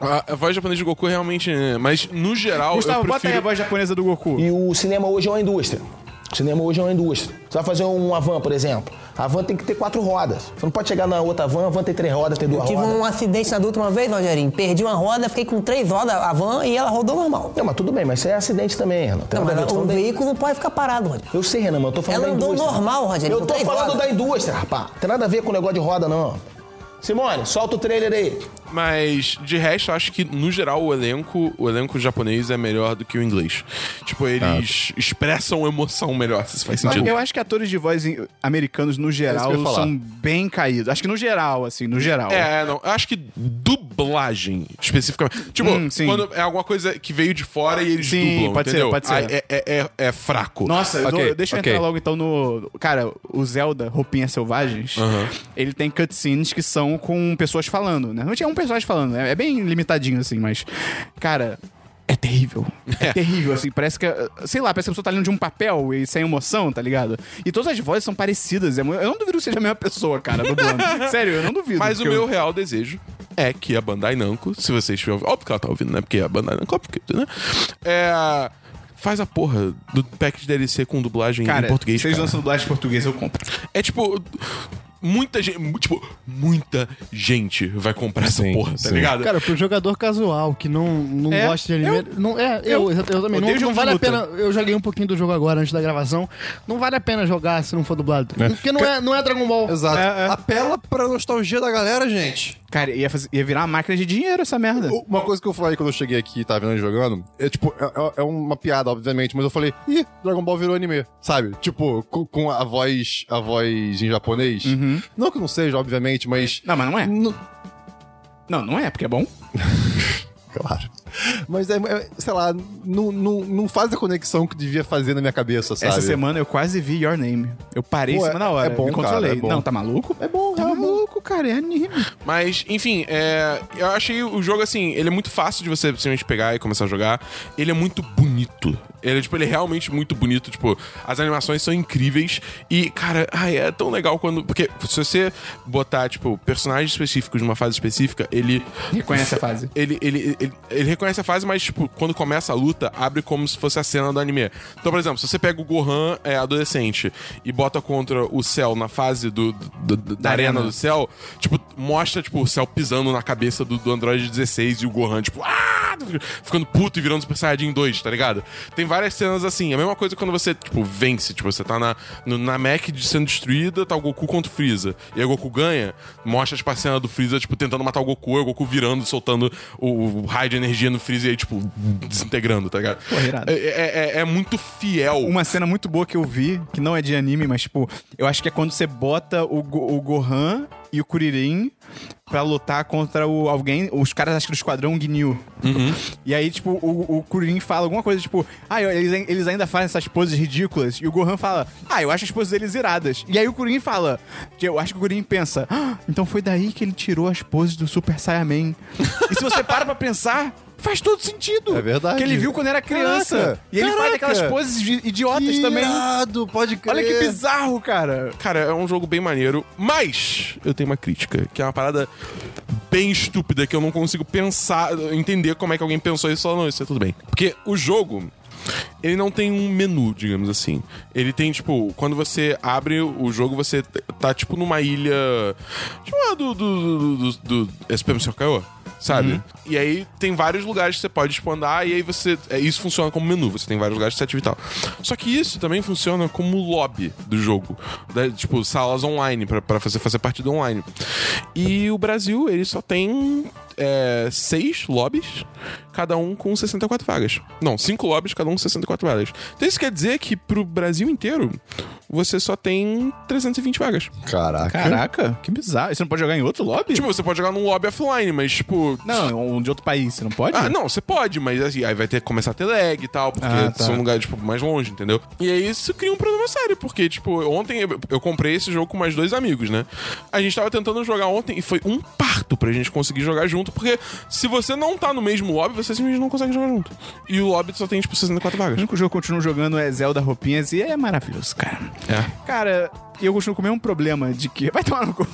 a, a voz japonesa do Goku realmente. é, Mas no geral.
Gustavo,
eu
bota aí a
prefiro...
voz japonesa é do Goku.
E o cinema hoje é uma indústria. O cinema hoje é uma indústria. Você vai fazer uma van, por exemplo. A van tem que ter quatro rodas. Você não pode chegar na outra van, a van tem três rodas, tem duas
Tive
rodas.
um acidente na da última vez, Rogerinho. Perdi uma roda, fiquei com três rodas a van e ela rodou normal.
Não, mas tudo bem, mas isso é acidente também, Renan. Tem nada a
Não, mas
ver,
o
tô falando da-
veículo não pode ficar parado, Rogerinho.
Eu sei, Renan, mas eu tô falando
Ela
da
andou
indústria.
normal, Rogério,
né?
tá
Eu
com
tô
três
falando
rodas.
da indústria, rapaz. Tem nada a ver com o negócio de roda, não. Simone, solta o trailer aí.
Mas de resto, eu acho que no geral o elenco, o elenco japonês é melhor do que o inglês. Tipo, eles expressam emoção melhor, se isso faz sentido.
Ah. Eu acho que atores de voz em- americanos, no
É
geral,
isso que eu ia falar.
são bem caídos. Acho que no geral, assim, no geral.
É, é, não. Eu acho que dublagem, especificamente. Tipo,
Hum, sim.
quando é alguma coisa que veio de fora e eles
Sim,
dublam,
pode ser,
entendeu?
pode ser.
Aí É, é- é- é fraco.
Nossa, eu
Ok,
dou- deixa eu
ok.
entrar logo então no. Cara, o Zelda, Roupinhas Selvagens, ele tem cutscenes que são com pessoas falando, né? Normalmente é um personagem falando, é, é bem limitadinho assim, mas. Cara. É terrível. (laughs) É, terrível, assim. Parece que. Sei lá, parece que a pessoa tá lendo de um papel e sem emoção, tá ligado? E todas as vozes são parecidas. é mu- Eu não duvido que seja a mesma pessoa, cara, (laughs) dublando. Sério, eu não duvido.
Mas o
porque eu-
meu real desejo é que a Bandai Namco, se vocês estiverem ouvindo, óbvio que ela tá ouvindo, né? Porque a Bandai Namco, óbvio que, né? É, faz a porra do pack de DLC com dublagem
Cara,
em português.
vocês
cara.
lançam dublagem em português, eu compro.
É tipo. Muita gente. Tipo, muita gente vai comprar
Sim,
essa porra, tá
sim.
ligado?
Cara, pro jogador casual que não, não
É,
gosta de anime. não, é, eu, eu, também. Não,
odeio jogo
não
de
vale a
luta.
pena. Eu joguei um pouquinho do jogo agora antes da gravação. Não vale a pena jogar se não for dublado. Porque não é, não é Dragon Ball.
Exato.
É, é.
Apela pra nostalgia da galera, gente.
Cara, ia, fazer- ia virar uma máquina de dinheiro essa merda.
Uma coisa que eu falei quando eu cheguei aqui e tava vendo ele jogando, é tipo, é, é uma piada, obviamente, mas eu falei, ih, Dragon Ball virou anime, sabe? Tipo, co- com, a voz a voz em japonês.
Uhum.
Não que não seja, obviamente, mas.
Não, mas não é.
Não-
Não, não é, porque é bom.
Claro. Mas, é, é, sei lá, não, não, não faz a conexão que devia fazer na minha cabeça, sabe?
Essa semana eu quase vi Your Name. Eu parei em
Pô,
cima da
é-
hora.
é bom,
me
cara,
controlei.
é bom.
Não, tá maluco?
É bom,
Tá
é bom.
maluco, cara. É anime.
Mas, enfim, é, eu achei o jogo assim, ele é muito fácil de você simplesmente pegar e começar a jogar. Ele é muito bonito. Ele, é, tipo, ele é realmente muito bonito, tipo, as animações são incríveis e, cara, ai, é tão legal quando... Porque se você botar, tipo, personagens específicos numa fase específica, ele...
Reconhece a fase.
Ele, ele, ele, ele reconhece a fase, mas, tipo, quando começa a luta, abre como se fosse a cena do anime. Então, por exemplo, se você pega o Gohan é, adolescente e bota contra o Cell na fase do, do- do- da arena.
arena.
do Cell, tipo, mostra, tipo, o Cell pisando na cabeça do, do Android 16 e o Gohan, tipo, ah! Ficando puto e virando Super Saiyajin 2, tá ligado? Tem várias cenas assim. A mesma coisa quando você, tipo, vence. Tipo, você tá na, no- na Mac de- sendo destruída, tá o Goku contra o Freeza. E aí o Goku ganha, mostra, tipo, a cena do Freeza, tipo, tentando matar o Goku, e o Goku virando, soltando o, o raio de energia no Freeza e aí, tipo, desintegrando, tá ligado?
irado.
é, é- é- é muito fiel.
Uma cena muito boa que eu vi, que não é de anime, mas, tipo, eu acho que é quando você bota o, Go- o Gohan e o Kuririn pra lutar contra o alguém, os caras, acho que do Esquadrão Ginyu.
Uhum.
E aí, tipo, o, o Kuririn fala alguma coisa, tipo, ah, eu- eles, ai- eles ainda fazem essas poses ridículas. E o Gohan fala, ah, eu acho as poses deles iradas. E aí o Kuririn fala, eu acho que o Kuririn pensa, ah, então foi daí que ele tirou as poses do Super Saiyaman. e se você para pra pensar, faz todo sentido.
É verdade.
Que ele viu quando era criança.
Caraca,
e ele faz
caraca.
aquelas poses de- idiotas
Que
também.
irado, pode crer.
Olha que bizarro, cara.
Cara, é um jogo bem maneiro, mas eu tenho uma crítica, que é uma parada bem estúpida, que eu não consigo pensar, entender como é que alguém pensou isso e falou, não, isso é tudo bem. Porque o jogo. Ele não tem um menu, digamos assim. Ele tem, tipo, quando você abre o jogo, você t- tá, tipo, numa ilha. Tipo, lá do. do. do. do. do SPM Sorocaiô, sabe? E aí tem vários lugares que você pode, tipo, andar, e aí você. é, Isso funciona como menu, você tem vários lugares que você ativa e tal. Só que isso também funciona como lobby do jogo. né? Tipo, salas online, pra, pra fazer, fazer partida online. E o Brasil, ele só tem é, seis lobbies, cada um com 64 vagas. Não, cinco lobbies, cada um com 64 vagas. Então isso quer dizer que pro Brasil inteiro, você só tem 320 vagas.
Caraca. Hum?
Caraca, que bizarro. Você não pode jogar em outro lobby?
Tipo, você pode jogar num lobby offline, mas tipo...
não, um de outro país, você não pode?
Ah, não, você pode, mas assim, aí vai ter que começar a ter lag e tal, porque
Ah, tá.
são lugares, tipo, mais longe, entendeu? E aí isso cria um problema sério, porque, tipo, ontem eu, eu comprei esse jogo com mais dois amigos, né? A gente tava tentando jogar ontem e foi um parto pra gente conseguir jogar junto, porque se você não tá no mesmo lobby, você simplesmente não consegue jogar junto. E o lobby só tem, tipo, 64
O
vagas.
único jogo que eu continuo jogando é Zelda Roupinhas e é maravilhoso, cara.
É.
Cara, eu continuo com o mesmo problema de que. (laughs) Vai tomar no cu.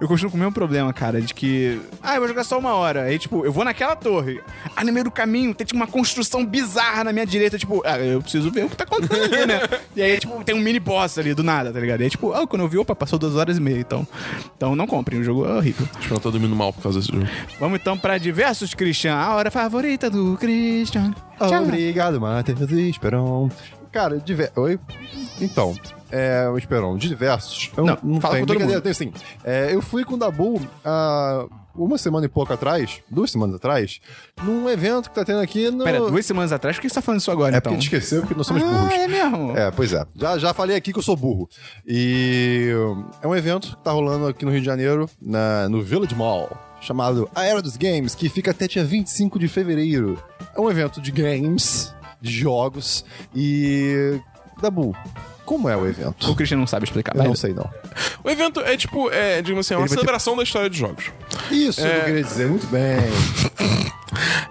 Eu continuo com o mesmo problema, cara, de que. Ah, eu vou jogar só uma hora. Aí, tipo, eu vou naquela torre. Aí no meio do caminho tem, tipo, uma construção bizarra na minha direita. Tipo, ah, eu preciso ver o que tá acontecendo ali, né? E aí, tipo, tem um mini boss ali do nada, tá ligado? E aí, tipo, ah, quando eu vi, opa, passou duas horas e meia. Então, então não comprem. O jogo é horrível.
Acho que eu tô dormindo mal por causa desse jogo.
Vamos então pra diversos Christian. A hora favorita do Christian.
Obrigado, Matheus e Esperão. Cara, diver... Oi? Então, é, o Esperão, diversos. Eu
Não, fala
tenho,
com todo
brincadeira,
mundo.
tenho sim. É, eu fui com o Dabu há uma semana e pouco atrás, duas semanas atrás, num evento que tá tendo aqui no...
Pera, duas semanas atrás, por que você tá falando isso agora,
É porque
então?
a gente esqueceu que nós somos burros.
ah, é mesmo?
É, pois é. Já, já falei aqui que eu sou burro. E hum, é um evento que tá rolando aqui no Rio de Janeiro, na, no Village Mall, chamado A Era dos Games, que fica até dia 25 de fevereiro. É um evento de games, de jogos e. Dabu, como é o evento?
O Christian não sabe explicar.
Eu
vai.
não sei, não.
O evento é, tipo, é, digamos assim, é uma celebração da história dos jogos.
Isso
É.
eu queria dizer, muito bem.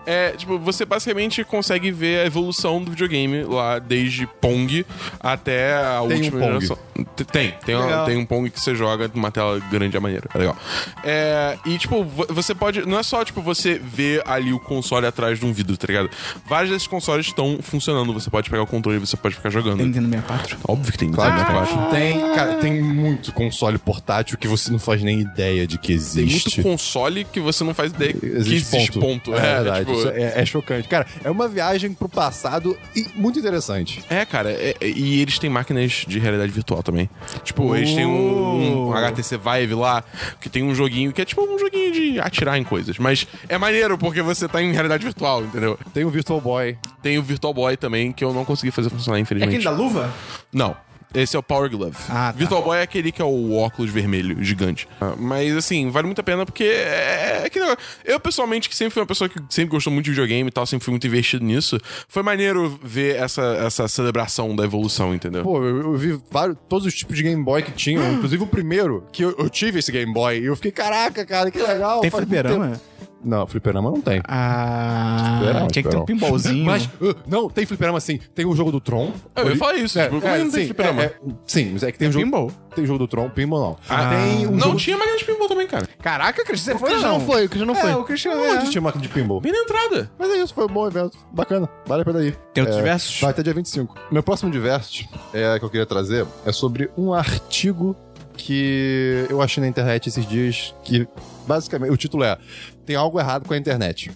É, tipo, você basicamente consegue ver a evolução do videogame lá desde Pong até
Tem
a
um
última
Pong.
geração. T- Tem, tem, uma-
Legal.
tem um Pong que você joga numa tela grande a maneira. É legal. É, e, tipo, vo- você pode. Não é só, tipo, você ver ali o console atrás de um vidro, tá ligado? Vários desses consoles estão funcionando. Você pode pegar o controle e você pode ficar jogando.
Nintendo 64.
Óbvio que tem
Claro,
Nintendo
né, eu
64.
Ah,
acho.
Tem, cara, tem muito console portátil que você não faz nem ideia de que
Tem
existe.
muito console que você não faz ideia que existe ponto.
É, verdade.
tipo,
Isso é- é chocante. Cara, é uma viagem pro passado e muito interessante.
É, cara, é- é- e eles têm máquinas de realidade virtual também. Tipo, eles têm
Oh.
um, um HTC Vive lá, que tem um joguinho que é tipo um joguinho de atirar em coisas. Mas é maneiro porque você tá em realidade virtual, entendeu?
Tem o Virtual Boy.
Tem o Virtual Boy também, que eu não consegui fazer funcionar,
É
infelizmente.
aquele da luva?
Não. Esse é o Power Glove.
Ah, tá.
Virtual Boy é aquele que é o óculos vermelho gigante. Ah, Mas, assim, vale muito a pena porque é é que negócio. Eu, pessoalmente, que sempre fui uma pessoa que sempre gostou muito de videogame e tal, sempre fui muito investido nisso, foi maneiro ver essa, essa celebração da evolução, entendeu?
Pô, eu, eu vi vários, todos os tipos de Game Boy que
(gasps)
tinham, inclusive o primeiro, que eu, eu tive esse Game Boy. E eu fiquei, caraca, cara, que legal.
Tem
faz muito
fliperama?
tempo. Não, fliperama não tem.
Ah,
Esperava,
tinha que ter um
esperava.
pinballzinho.
Mas, uh, não, tem fliperama sim. Tem o jogo do Tron.
Eu ia
Ori-
falar isso,
É,
tipo, como
é,
não tem
sim,
fliperama?
é, é, sim, mas é que tem o jogo...
pinball.
Tem o jogo do Tron, pinball não.
Ah,
tem um
não
jogo-
tinha máquina de pinball também, cara. É
Caraca, Cristian, você
O
foi
Christian
não?
não foi, o Christian não
É,
foi.
o Christian
Onde
é.
tinha máquina de pinball?
Bem na entrada.
Mas é isso, foi um bom evento. Bacana, vale a pena ir.
Tem outros
É,
diversos?
Vai até dia 25. Meu próximo diverso é, que eu queria trazer é sobre um artigo que eu achei na internet esses dias que, basicamente, o título é Tem algo errado com a internet.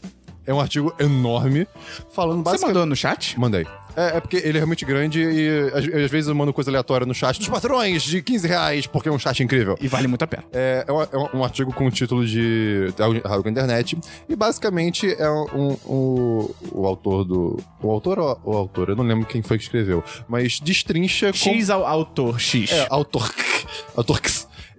É um artigo enorme falando
Você
basicamente...
mandou no chat?
Mandei. É, é porque ele é realmente grande e às, às vezes eu mando coisa aleatória no chat dos patrões de 15 reais, porque é um chat incrível.
E vale muito a pena.
É, é um, é um- um artigo com o título de Rádio com a Internet. E basicamente é um, um- o autor do. O autor ou o autor? Eu não lembro quem foi que escreveu. Mas destrincha. com-
X ao autor X.
é, autor. (laughs) autor.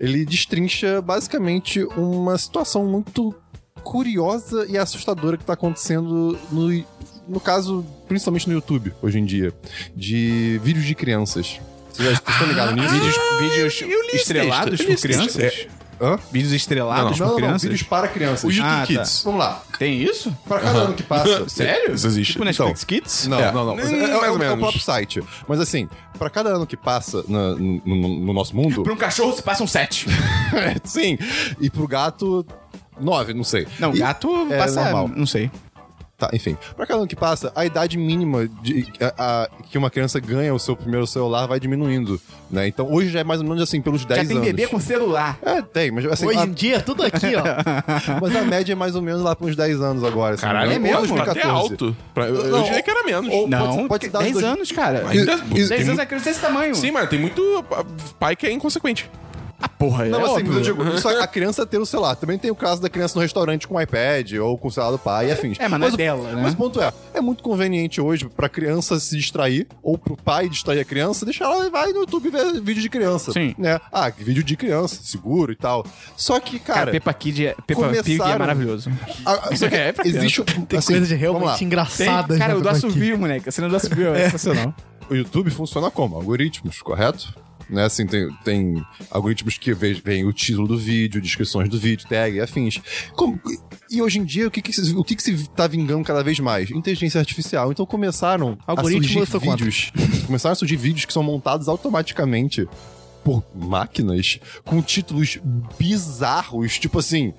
Ele destrincha basicamente uma situação muito curiosa e assustadora que tá acontecendo no, no caso, principalmente no YouTube hoje em dia, de vídeos de crianças. Vocês já estão ligados nisso?
Vídeos, vídeos
eu li esse
estrelados
texto, eu
por
li esse texto.
crianças?
É, Hã?
Vídeos estrelados por
Não, não, não,
Ah, crianças?
vídeos para crianças.
O YouTube
Ah, tá.
Kids.
Vamos lá.
Tem isso?
Pra cada ano que
(laughs)
passa.
Sério?
Isso existe.
Tipo Netflix Kids?
Então, Não,
É.
não, não. Mas É, é-
Mais ou
é o- é
menos.
o próprio site. Mas assim, pra cada ano que passa na- no, no- no nosso mundo. (laughs) é,
Pra um cachorro se passam sete.
sim. E pro gato, nove, não sei.
Não,
E-
gato
é
passa...
normal.
Não sei.
Tá, enfim. Pra cada ano que passa, a idade mínima de, a- a- que uma criança ganha o seu primeiro celular vai diminuindo. Né? Então hoje já é mais ou menos assim, pelos 10
Já tem
anos.
bebê com celular.
É, tem, mas assim,
Hoje
a-
em dia, tudo aqui, ó.
mas a média é mais ou menos lá pros 10 anos agora. assim, né? se não me
Caralho,
engano.
é
Ou
mesmo?
Tá
2014.
até alto. Pra- eu, eu
Não,
diria que era menos.
ou-
Não,
pode- pode dar
10
dois-
anos, cara.
Ainda-
10
tem
anos
muito-
a criança é desse tamanho.
Sim, mano, tem muito ah, pai que é inconsequente.
Ah, porra,
Não,
é
assim,
óbvio.
eu digo, isso a a criança ter o celular. Também tem o caso da criança no restaurante com o iPad ou com o celular do pai e afins.
É, mas não é
o-
dela, né?
Mas o ponto é, é muito conveniente hoje pra criança se distrair ou pro pai distrair a criança, deixar ela e vai no YouTube ver vídeo de criança.
Sim.
Né? Ah, vídeo de criança, seguro e tal. Só que,
Cara,
cara...
Peppa Kid é, Peppa Pig é
começaram-
maravilhoso.
a- a- só que
É, pra
existe...
(laughs) Tem
assim,
coisas
vamos lá.
realmente engraçadas.
Tem- cara,
né,
o do
aqui.
assovio, moleque. A cena do assovio é sensacional.
o YouTube funciona como? Algoritmos, correto? Né, assim, tem, tem algoritmos que ve- veem o título do vídeo, descrições do vídeo, tag e afins. Como- e hoje em dia, o que que, se, o que que se tá vingando cada vez mais? Inteligência artificial. Então começaram
Algoritmo,
a
eu
surgir
sou contra.
vídeos. (laughs) começaram a surgir vídeos que são montados automaticamente por máquinas com títulos bizarros, tipo assim...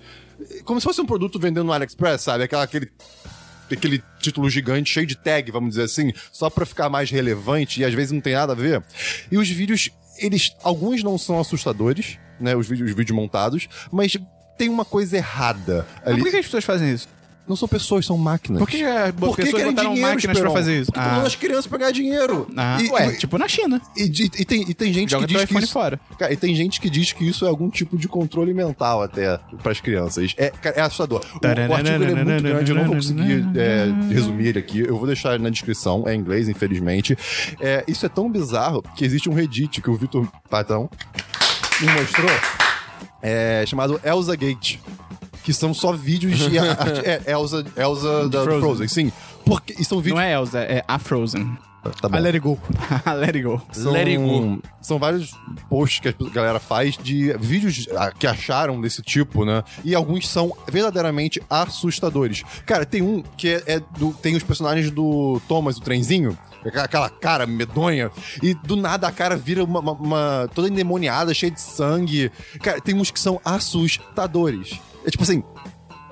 Como se fosse um produto vendendo no AliExpress, sabe? Aquela, aquele aquele título gigante cheio de tag, vamos dizer assim, só pra ficar mais relevante e às vezes não tem nada a ver. E os vídeos, eles alguns não são assustadores, né, os vídeos, os vídeos montados, mas tem uma coisa errada
Mas
ali.
Por que que as pessoas fazem isso?
Não são pessoas, são máquinas.
Por que as
Por que
pessoas
querem
botaram
dinheiro,
máquinas pra
Esperon?
fazer isso?
Porque estão dando as crianças pra ganhar dinheiro.
Ah,
e,
ué,
e-
tipo na China.
e, de- e tem, e tem gente
Joga
que
teu
diz que
iPhone
isso,
fora.
Cara, e tem gente que diz que isso é algum tipo de controle mental até pras crianças. É, cara, é assustador. O, o artigo ele é muito grande, eu não vou conseguir é, resumir ele aqui. Eu vou deixar ele na descrição, é em inglês, infelizmente. É, isso é tão bizarro que existe um Reddit que o Vitor Patão me mostrou, é, chamado Elsa Gate. Que são só
(laughs)
vídeos de arte- é, Elsa, Elsa da
Frozen.
Frozen. sim. Porque, e são vídeos.
Não é Elsa, é a Frozen.
Tá bom.
A Let It
(laughs)
Go.
Let it go. É
São,
Let it go.
são vários posts que a galera faz de vídeos ah, que acharam desse tipo, né? E alguns são verdadeiramente assustadores. Cara, tem um que é, é do, tem os personagens do Thomas, o trenzinho, aquela- aquela cara medonha, e do nada a cara vira uma, uma- uma- toda endemoniada, cheia de sangue. Cara, tem uns que são assustadores. É tipo assim,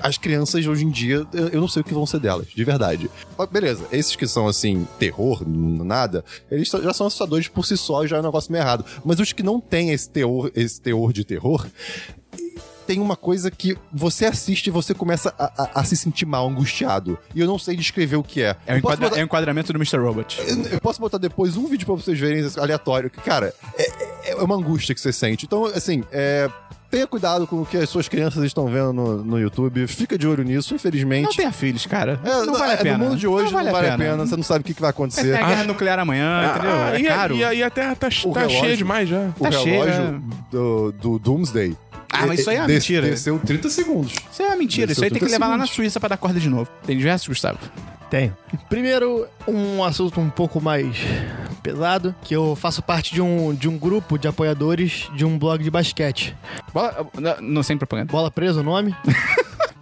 as crianças hoje em dia, eu eu não sei o que vão ser delas, de verdade. Mas beleza, esses que são assim, terror, n- nada, eles só- já são assustadores por si só, já é um negócio meio errado. Mas os que não têm esse teor, esse teor de terror, tem uma coisa que você assiste e você começa a, a- a se sentir mal, angustiado. E eu não sei descrever o que é.
É o,
Eu posso
enquadra-
botar- É,
é o enquadramento do Mr. Robot.
eu- Eu posso botar depois um vídeo pra vocês verem esse aleatório, que, cara, é, é- é uma angústia que você sente. Então, assim, é. Tenha cuidado com o que as suas crianças estão vendo no, no YouTube. Fica de olho nisso,
Não
infelizmente.
tenha filhos, cara.
É,
não vale a É,
é,
pena.
No mundo de hoje não vale, a, pena. Você não sabe o que, que vai
Tem
acontecer.
a guerra nuclear amanhã, entendeu?
Ah,
é
e, a-
caro.
e a, e a Terra tá,
O
tá
relógio-
cheia demais já.
o
tá
relógio
cheio,
do, do Doomsday.
Ah, mas isso aí é uma
des-
mentira.
Desceu 30 segundos.
Isso é uma mentira. Isso aí tem que levar lá na Suíça pra dar corda de novo. Tem diversos, Gustavo.
Tenho. Primeiro, um assunto um pouco mais pesado, que eu faço parte de um, de um grupo de apoiadores de um blog de basquete.
Bola, não, não, sem propaganda.
Bola presa o nome?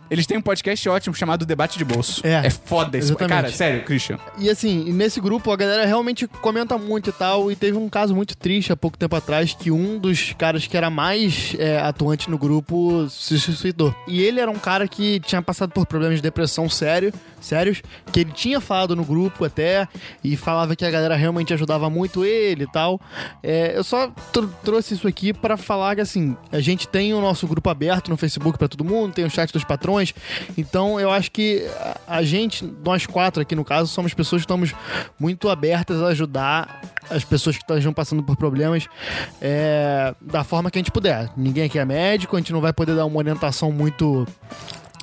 Eles têm um podcast ótimo chamado Debate de Bolso.
É.
É foda isso.
Exatamente.
Cara, sério, Christian.
E assim, e nesse grupo a galera realmente comenta muito e tal. E teve um caso muito triste há pouco tempo atrás que um dos caras que era mais é, atuante no grupo se suicidou. E ele era um cara que tinha passado por problemas de depressão sério, sérios, que ele tinha falado no grupo até e falava que a galera realmente ajudava muito ele e tal. É, eu só tr- trouxe isso aqui pra falar que assim, a gente tem o nosso grupo aberto no Facebook pra todo mundo, tem o chat dos patrões. Então eu acho que a- a gente, nós quatro aqui no caso, somos pessoas que estamos muito abertas a ajudar as pessoas que estejam passando por problemas é, da forma que a gente puder. Ninguém aqui é médico, a gente não vai poder dar uma orientação muito.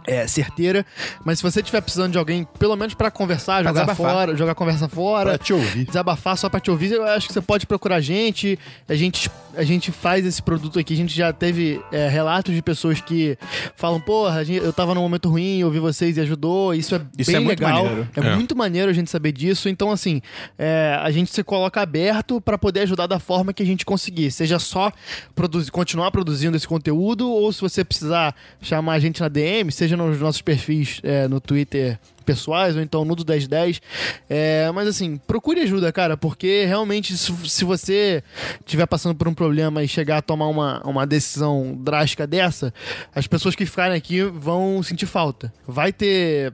é, certeira, mas se você estiver precisando de alguém, pelo menos pra conversar,
Pra
jogar
desabafar.
fora, jogar conversa fora,
Pra te ouvir.
desabafar só pra te ouvir, eu acho que você pode procurar a gente. A gente, a gente faz esse produto aqui. A gente já teve é, relatos de pessoas que falam: porra, a gente- eu tava num momento ruim, eu ouvi vocês e ajudou. Isso é
Isso
bem
é muito
legal.
maneiro.
É,
É.
muito maneiro a gente saber disso. Então, assim, é, a gente se coloca aberto pra poder ajudar da forma que a gente conseguir. Seja só produzir, continuar produzindo esse conteúdo, ou se você precisar chamar a gente na DM, seja nos nossos perfis é, no Twitter pessoais, ou então no do 1010. É, mas assim, procure ajuda, cara, porque realmente se, se você estiver passando por um problema e chegar a tomar uma, uma decisão drástica dessa, as pessoas que ficarem aqui vão sentir falta. Vai ter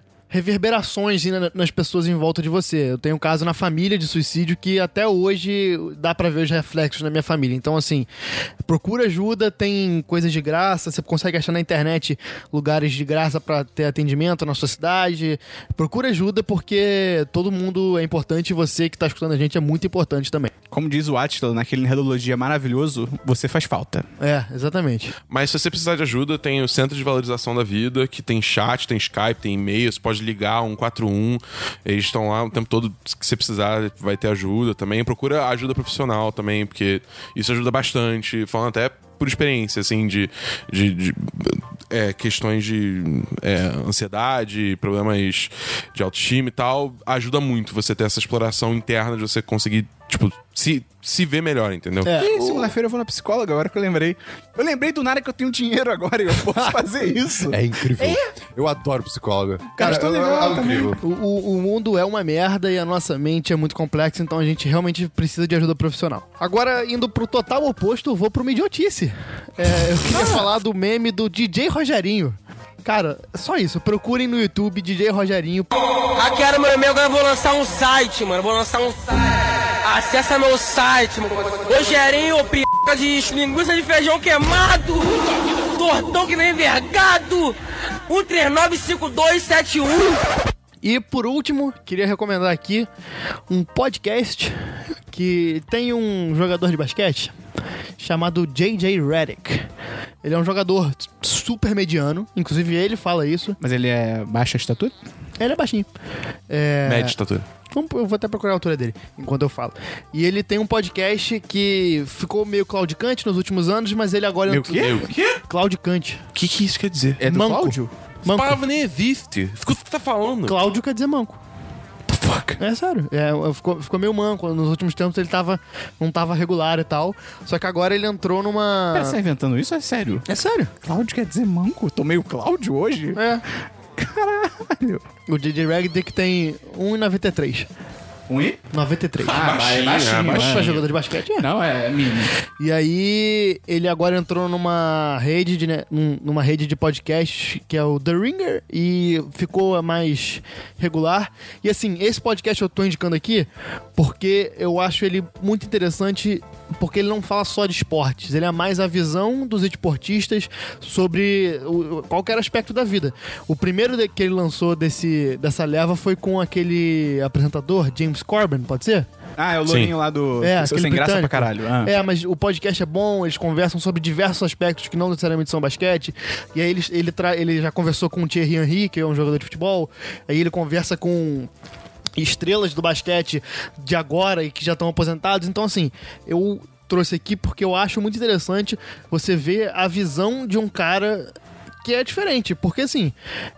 reverberações na- nas pessoas em volta de você. Eu tenho um caso na família de suicídio que até hoje dá pra ver os reflexos na minha família. Então, assim, procura ajuda, tem coisas de graça, você consegue achar na internet lugares de graça pra ter atendimento na sua cidade. Procura ajuda porque todo mundo é importante e você que tá escutando a gente é muito importante também.
Como diz o Atila naquele Redologia maravilhoso, você faz falta.
É, exatamente.
Mas se você precisar de ajuda, tem o Centro de Valorização da Vida, que tem chat, tem Skype, tem e-mail, você pode ligar 141. Eles estão lá o tempo todo, se você precisar, vai ter ajuda também. Procura ajuda profissional também, porque isso ajuda bastante. Falando até por experiência, assim, de, de, de, é, questões de é, ansiedade, problemas de autoestima e tal, ajuda muito você ter essa exploração interna de você conseguir, tipo, se, se ver melhor, entendeu?
É.
Ih, segunda-feira eu vou na psicóloga, agora que eu lembrei. Eu lembrei do nada que eu tenho dinheiro agora e eu
(laughs)
posso fazer isso.
É incrível. Eu adoro psicóloga.
Cara, tô
eu- eu-
legal
é
também.
incrível.
O, o- o mundo é uma merda e a nossa mente é muito complexa, então a gente realmente precisa de ajuda profissional. Agora, indo pro total oposto, eu vou pro uma idiotice. É, eu queria falar do meme do DJ Rogerinho. Cara, só isso. Procurem no YouTube DJ Rogerinho.
Hackearam meu e-mail, agora eu vou lançar um site, mano. Vou lançar um site. Acessa meu site, mano. Rogerinho, ô p... de linguiça de feijão queimado. Tortão que nem vergado. 1395271.
E por último, queria recomendar aqui um podcast que tem um jogador de basquete chamado JJ Redick. Ele é um jogador super mediano, inclusive ele fala isso.
Mas ele é baixa estatura?
Ele é baixinho. É...
Média de estatura.
Vamos- eu vou até procurar a altura dele enquanto eu falo. E ele tem um podcast que ficou meio claudicante nos últimos anos, mas ele agora é
Meio quê?
O quê?
Claudicante.
O que, que isso quer dizer?
É do
Manco.
Cláudio?
Manco.
palavra nem existe. Escuta o que tu tá falando.
Cláudio quer dizer manco. É sério. É, ficou, ficou meio manco. Nos últimos tempos ele tava, não tava regular e tal. Só que agora ele entrou numa.
Pera, você tá inventando isso? É sério?
É sério.
Cláudio quer dizer manco? Tomei o Cláudio hoje?
É.
Caralho.
O DJ Ragdick tem 1,93.
Um I?
93.
Ah, baixinho, baixinho,
pra
baixinho.
um jogador de basquete? É.
Não, é mini.
E aí, ele agora entrou numa rede de, né, num- numa rede de podcast que é o The Ringer e ficou mais regular. E assim, esse podcast eu tô indicando aqui porque eu acho ele muito interessante porque ele não fala só de esportes, ele é mais a visão dos esportistas sobre o- o- qualquer aspecto da vida. O primeiro de- que ele lançou desse, dessa leva foi com aquele apresentador, James Corbin, pode ser?
Ah, é o lourinho
Sim.
lá do.
É,
Seu
aquele
sem graça pra
britânico.
caralho. Ah.
É, mas o podcast é bom, eles conversam sobre diversos aspectos que não necessariamente são basquete. E aí ele, ele, tra- ele já conversou com o Thierry Henry, que é um jogador de futebol. Aí ele conversa com estrelas do basquete de agora e que já estão aposentados. Então, assim, eu trouxe aqui porque eu acho muito interessante você ver a visão de um cara que é diferente. Porque, assim,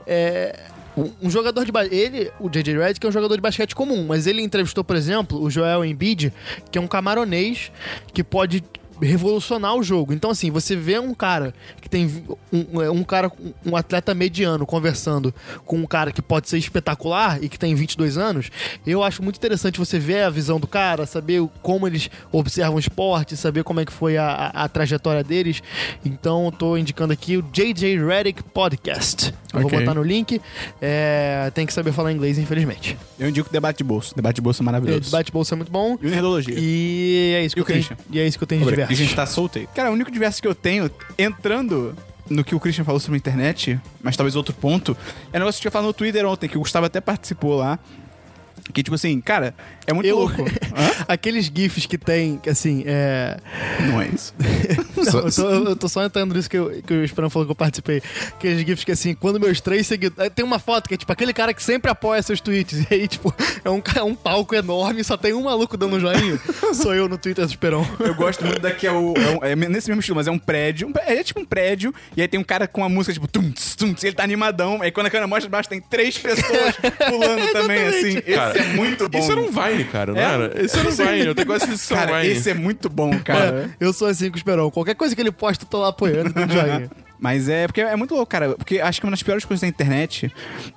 é, um- Um jogador de basquete. Ele, o J.J. Redick, é um jogador de basquete comum, mas ele entrevistou, por exemplo, o Joel Embiid, que é um camaronês que pode revolucionar o jogo. Então, assim, você vê um cara que tem vi- um, é, um cara, um- um atleta mediano conversando com um cara que pode ser espetacular e que tem 22 anos, eu acho muito interessante você ver a visão do cara, saber o- como eles observam o esporte, saber como é que foi a, a- a trajetória deles. Então, eu tô indicando aqui o J.J. Redick Podcast. Eu vou
Ok.
botar no link. É, tem que saber falar inglês, infelizmente.
Eu indico debate de bolso. Debate de bolso é maravilhoso.
Debate bolsa é muito bom.
E o Nerdologia.
E é isso que
E o
eu tenho.
Christian?
E é isso que eu tenho de
E a gente
diverso.
tá solteiro. Cara, o único diverso que eu tenho, entrando no que o Christian falou sobre a internet, mas talvez outro ponto, é um negócio que eu falei no Twitter ontem, que o Gustavo até participou lá. Que, tipo assim, cara, é muito
Eu- (laughs)
(laughs) louco. Hã?
Aqueles GIFs que tem, que assim, é.
Não é (laughs) isso.
Não, eu, tô, eu tô só entrando nisso que, eu, que o Esperão falou que eu participei. Aqueles GIFs que assim, quando meus três seguidores. Tem uma foto que é tipo aquele cara que sempre apoia seus tweets. (laughs) E aí, tipo, é um, ca- um palco enorme, só tem um maluco dando um joinha. Sou eu no Twitter do Esperão.
Eu gosto muito daqui, é, o, é, um- é nesse mesmo estilo, mas é um prédio. um pré- é tipo um prédio, e aí tem um cara com uma música tipo tum, tss, tum, tss, ele tá animadão. Aí quando a câmera mostra baixo, tem três (laughs) pessoas pulando também, assim. Esse
Cara,
é muito bom.
Isso era um Vine, cara, não
É?
era? Isso era um Vine, eu tenho quase isso era um
Cara,
Vine.
esse é muito bom, cara.
Eu sou assim com o Esperão. Qualquer coisa que ele posta, eu tô lá apoiando dando joinha.
Mas é porque é muito louco, cara. Porque acho que uma das piores coisas da internet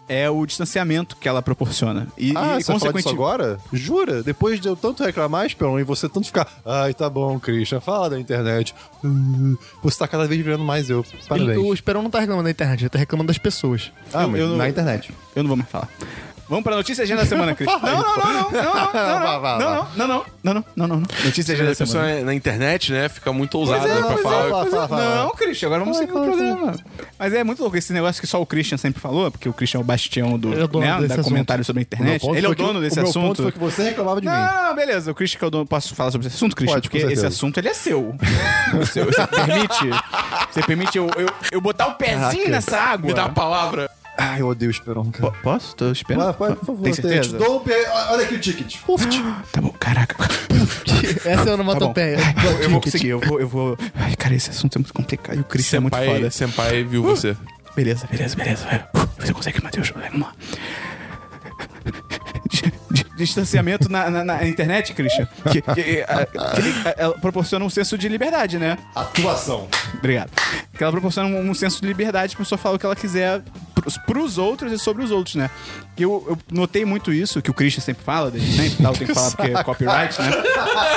é o distanciamento que ela proporciona. E,
Ah,
e
você vai falar disso agora? Jura? Depois de eu tanto reclamar, Esperon, e você tanto ficar, ai, tá bom, Christian, fala da internet. Uh, Você tá cada vez virando mais eu. Parabéns.
O Esperão não tá reclamando da internet, ele tá reclamando das
(laughs)
pessoas.
ah, mas
Então, eu não-
na internet.
Eu não vou mais falar. Vamos pra notícia agenda da
(laughs)
semana, Cris. Não, não, não, não,
Vá, vá,
não, não, não, não, não, não, não, não, não, não, não. Notícia agenda da
A pessoa
semana.
na internet, né, fica muito ousada
é,
pra
pois
falar.
é, fala, fala, fala.
Não, Christian, agora vamos seguir o programa. Mas é muito louco esse negócio que só o Christian sempre falou, porque o Christian é o bastião do
Ele é o dono
né,
desse
da
assunto.
comentário sobre a
Meu
internet.
ponto
Ele é o
foi que-
dono desse
meu
assunto.
ponto foi que você reclamava de mim.
Não, não, beleza. O Christian que eu dono. Posso falar sobre esse assunto, Christian?
Pode, com
Porque esse
certeza.
assunto ele é seu. O seu. Você permite? Você permite eu, eu, eu botar o pezinho
Caraca.
nessa água?
Me dá a palavra.
Ai, eu odeio o Esperon, cara.
Po- um Posso? Tô esperando.
Vai, vai, por favor,
Tem
eu te
certeza?
dou o pé- Olha aqui o ticket.
Tá bom, caraca.
Essa é a
Tá bom.
onomatopeia.
(laughs) Eu, eu vou conseguir, eu vou, eu vou. Ai, cara, esse assunto é muito complicado. E o Christian é muito
Senpai,
foda.
senpai viu você.
Beleza, beleza, beleza. (laughs) vai. Você consegue, Matheus. vai, Vamos lá. (laughs) Di- di- Distanciamento na, na- na internet, Christian, que, que- a- que- a- ela proporciona um senso de liberdade, né?
Atuação.
Obrigado. Que ela proporciona um, um senso de liberdade pra pessoa falar o que ela quiser pros, pros outros e sobre os outros, né? Que eu, eu notei muito isso, que o Christian sempre fala, desde sempre, tal, tem que falar porque é copyright, né?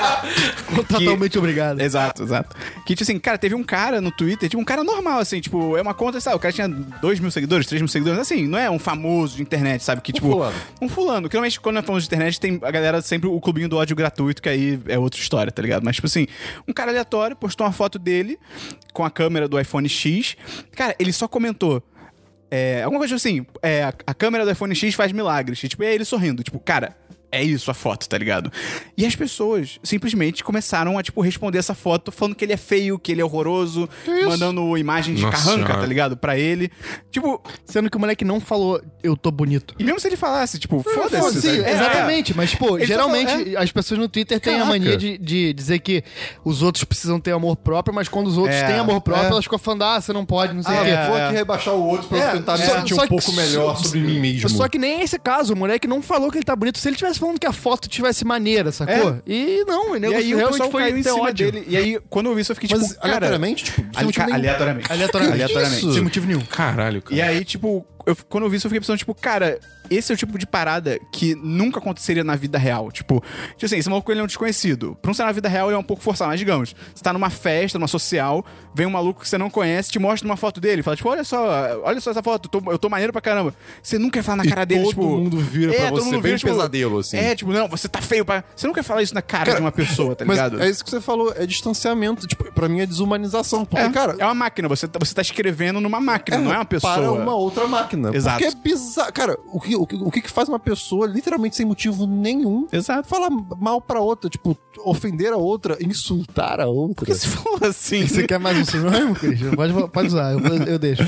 (laughs) Totalmente obrigado.
Exato, exato. Que, tipo assim, cara, teve um cara no Twitter, tipo, um cara normal, assim, tipo, é uma conta, sabe? O cara tinha 2 mil seguidores, 3 mil seguidores, assim, não é um famoso de internet, sabe? Que, tipo.
fulano.
Um fulano. Que normalmente, quando é famoso de internet, tem a galera sempre o clubinho do ódio gratuito, que aí é outra história, tá ligado? Mas, tipo assim, um cara aleatório postou uma foto dele com a câmera do iPhone X. Cara, ele só comentou. É, alguma coisa assim, é, a, a câmera do iPhone X faz milagres. E, tipo, é ele sorrindo. Tipo, cara, é isso a foto, tá ligado? E as pessoas simplesmente começaram a, tipo, responder essa foto falando que ele é feio, que ele é horroroso, mandando imagem de
Nossa
carranca,
Senhora.
tá ligado? Pra ele. Tipo,
Sendo que o moleque não falou eu tô bonito.
e mesmo se ele falasse, tipo, foda-se.
Sim,
tá é. ligado?
exatamente, mas pô,
Ele só
geralmente
falou,
as pessoas no Twitter têm a
Caraca.
mania de, de dizer que os outros precisam ter amor próprio, mas quando os outros
É,
têm amor próprio,
é.
elas ficam falando, ah, você não pode, não sei o
Ah,
quê.
vou aqui rebaixar o outro pra
É,
eu tentar me
só-
sentir
só
um
que-
pouco melhor
só-
sobre mim mesmo.
Só que nem é esse caso, o moleque não falou que ele tá bonito. Se ele tivesse falando que a foto tivesse maneira, sacou?
É.
E não, o
E
negócio
aí o
realmente
pessoal
foi
caiu em
ter
cima
ódio.
dele. E aí, quando eu vi isso, eu fiquei, tipo,
Mas
cara,
aleatoriamente, tipo, sem
ali-
motivo nenhum.
aleatoriamente.
Aleatoriamente.
Aleatoriamente.
Sem motivo nenhum.
Caralho, cara.
Tá.
E aí, tipo, eu- quando eu vi isso, eu fiquei pensando, tipo, cara, esse é o tipo de parada que nunca aconteceria na vida real. Tipo, tipo assim, esse maluco ele é um desconhecido. Pra um ser na vida real, ele é um pouco forçado. Mas digamos, você tá numa festa, numa social, vem um maluco que você não conhece, te mostra uma foto dele, fala, tipo, olha só, olha só essa foto, eu tô, eu tô maneiro pra caramba. Você nunca ia falar na cara dele,
todo
tipo.
mundo vira pra
todo
você,
mundo
bem
tipo,
pesadelo, assim.
É, tipo, não, você tá feio pra. Você nunca ia falar isso na cara, de uma pessoa, tá
Mas
ligado?
é isso que você falou, é distanciamento. Tipo, pra mim é desumanização. Porque,
É,
cara,
é uma máquina, você, tá- você tá escrevendo numa máquina, não é uma pessoa. (laughs)
para uma outra máquina. máquina.
Exato.
Porque é bizarro. Cara, o que, o, que, o que que faz uma pessoa, literalmente sem motivo nenhum,
Exato.
falar mal pra outra, tipo, ofender a outra, insultar a outra?
Porque se for assim.
Você quer mais um sinônimo, Christian? Pode, pode usar, eu, vou- eu deixo.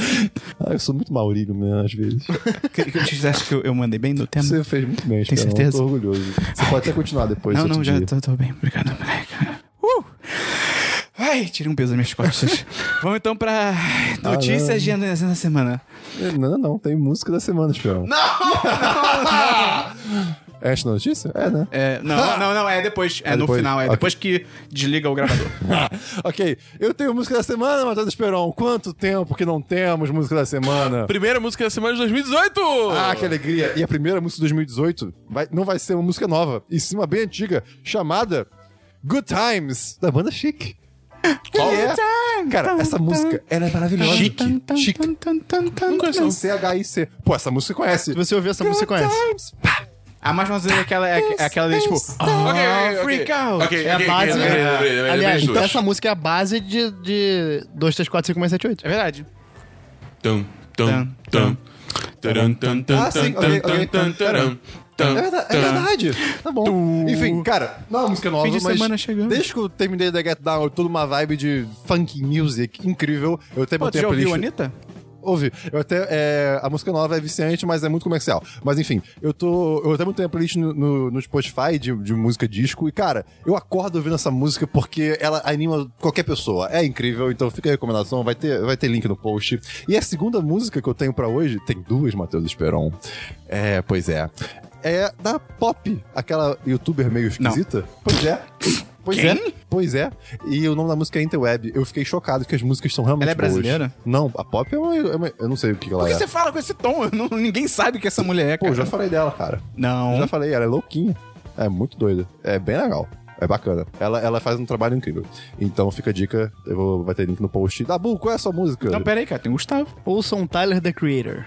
Ah, eu sou muito maurílio, né, às vezes.
que- que- Vocês acham que eu- eu mandei bem no tema?
Você fez muito bem,
É, Tem
Esperão,
certeza?
Eu tô orgulhoso. Você pode até continuar depois.
Não,
outro
não, já
dia.
tô, tô bem. Obrigado. Ai, cara. Uh! Ai, tirei um peso das minhas
(laughs)
costas. Vamos então pra
Ah,
notícias de agenda da semana.
É, Não, não, não. Tem música da semana, Esperão. Não! É (laughs) esta notícia? É, né?
É, não, não, não, é depois. É,
É
no
depois?
final, é
Ok.
depois que desliga o gravador.
ok. Eu tenho música da semana, Matheus Esperão. Quanto tempo que não temos música da semana?
Primeira música da semana de 2018!
Ah, que alegria! E a primeira música de 2018 vai- não vai ser uma música nova, e sim uma bem antiga, chamada Good Times, da banda Chic. Que é... Cara, essa música, ela é maravilhosa. Chique. Chique. Não conhece C-H-I-C. Pô, essa música você conhece.
Se você ouvir essa música, você conhece.
Times.
A mais famosa é aquela, é, é aquela de tipo.
Ok, ok, ok.
"Oh, freak out!
Ok,
É a
ok,
base.
ok, lembrei, lembrei, lembrei,
Aliás,
lembrei dos
essa música é a base de, de 2, 3, 4, 5, 6, 7, 8.
É verdade.
Tum, tum, tum. Taran, tum, tum,
Ah, sim,
tum,
ok,
tum,
ok.
tum, taran, tum,
É verdade, é
tum.
verdade. Tá bom. Enfim, cara, não é uma música nova,
Fim de
mas
semana chegando.
desde que eu terminei The Get Down, toda uma vibe de funk music incrível. Eu até
Pô, tu
botei
já
a
ouviu
playlist.
a Anitta?
Ouvi. Eu até. é, a música nova é viciante, mas é muito comercial. Mas enfim, eu tô. Eu até montei a playlist no, no, no Spotify de, de música disco. E, cara, eu acordo ouvindo essa música porque ela anima qualquer pessoa. É incrível, então fica a recomendação. Vai ter, vai ter link no post. E a segunda música que eu tenho pra hoje, tem duas, Matheus Esperon. É, pois é. É da Pop, aquela youtuber meio esquisita. Pois é. Pois
Quem?
é. Pois é. E o nome da música é Interweb. Eu fiquei chocado que as músicas são realmente
Ela é
boas.
brasileira?
Não, a pop é uma, é uma- Eu não sei o que, que ela
Por que
é.
você fala com esse tom? Eu não- ninguém sabe que essa mulher é,
Pô,
cara.
eu já falei dela, cara. Eu
Não.
já falei, ela é louquinha. É muito doida. É bem legal. É bacana. Ela, ela faz um trabalho incrível. Então fica a dica. Eu vou, vai ter link no post. Dabu, qual é a sua música?
Não, peraí, cara, tem o Gustavo.
Ouçam Tyler, The Creator.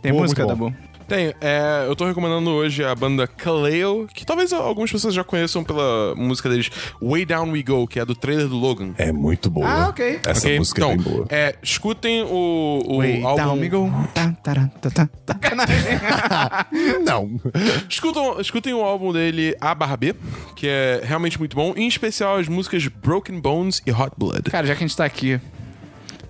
Tem
Pô,
música, tá
muito
bom?
Tem, é, eu tô recomendando hoje a banda Kaleo, que talvez algumas pessoas já conheçam pela música deles Way Down We Go, que é do trailer do Logan.
É muito boa.
Ah, ok.
Essa
Ok?
música é
então,
bem boa.
é, escutem o, o
Wait,
álbum.
down, amigo. Tá, tará, tá, tá. Sacanagem.
(laughs) Não.
Escutam, escutem o álbum dele A barra B, que é realmente muito bom, em especial as músicas Broken Bones e Hot Blood.
Cara, já que a gente tá aqui,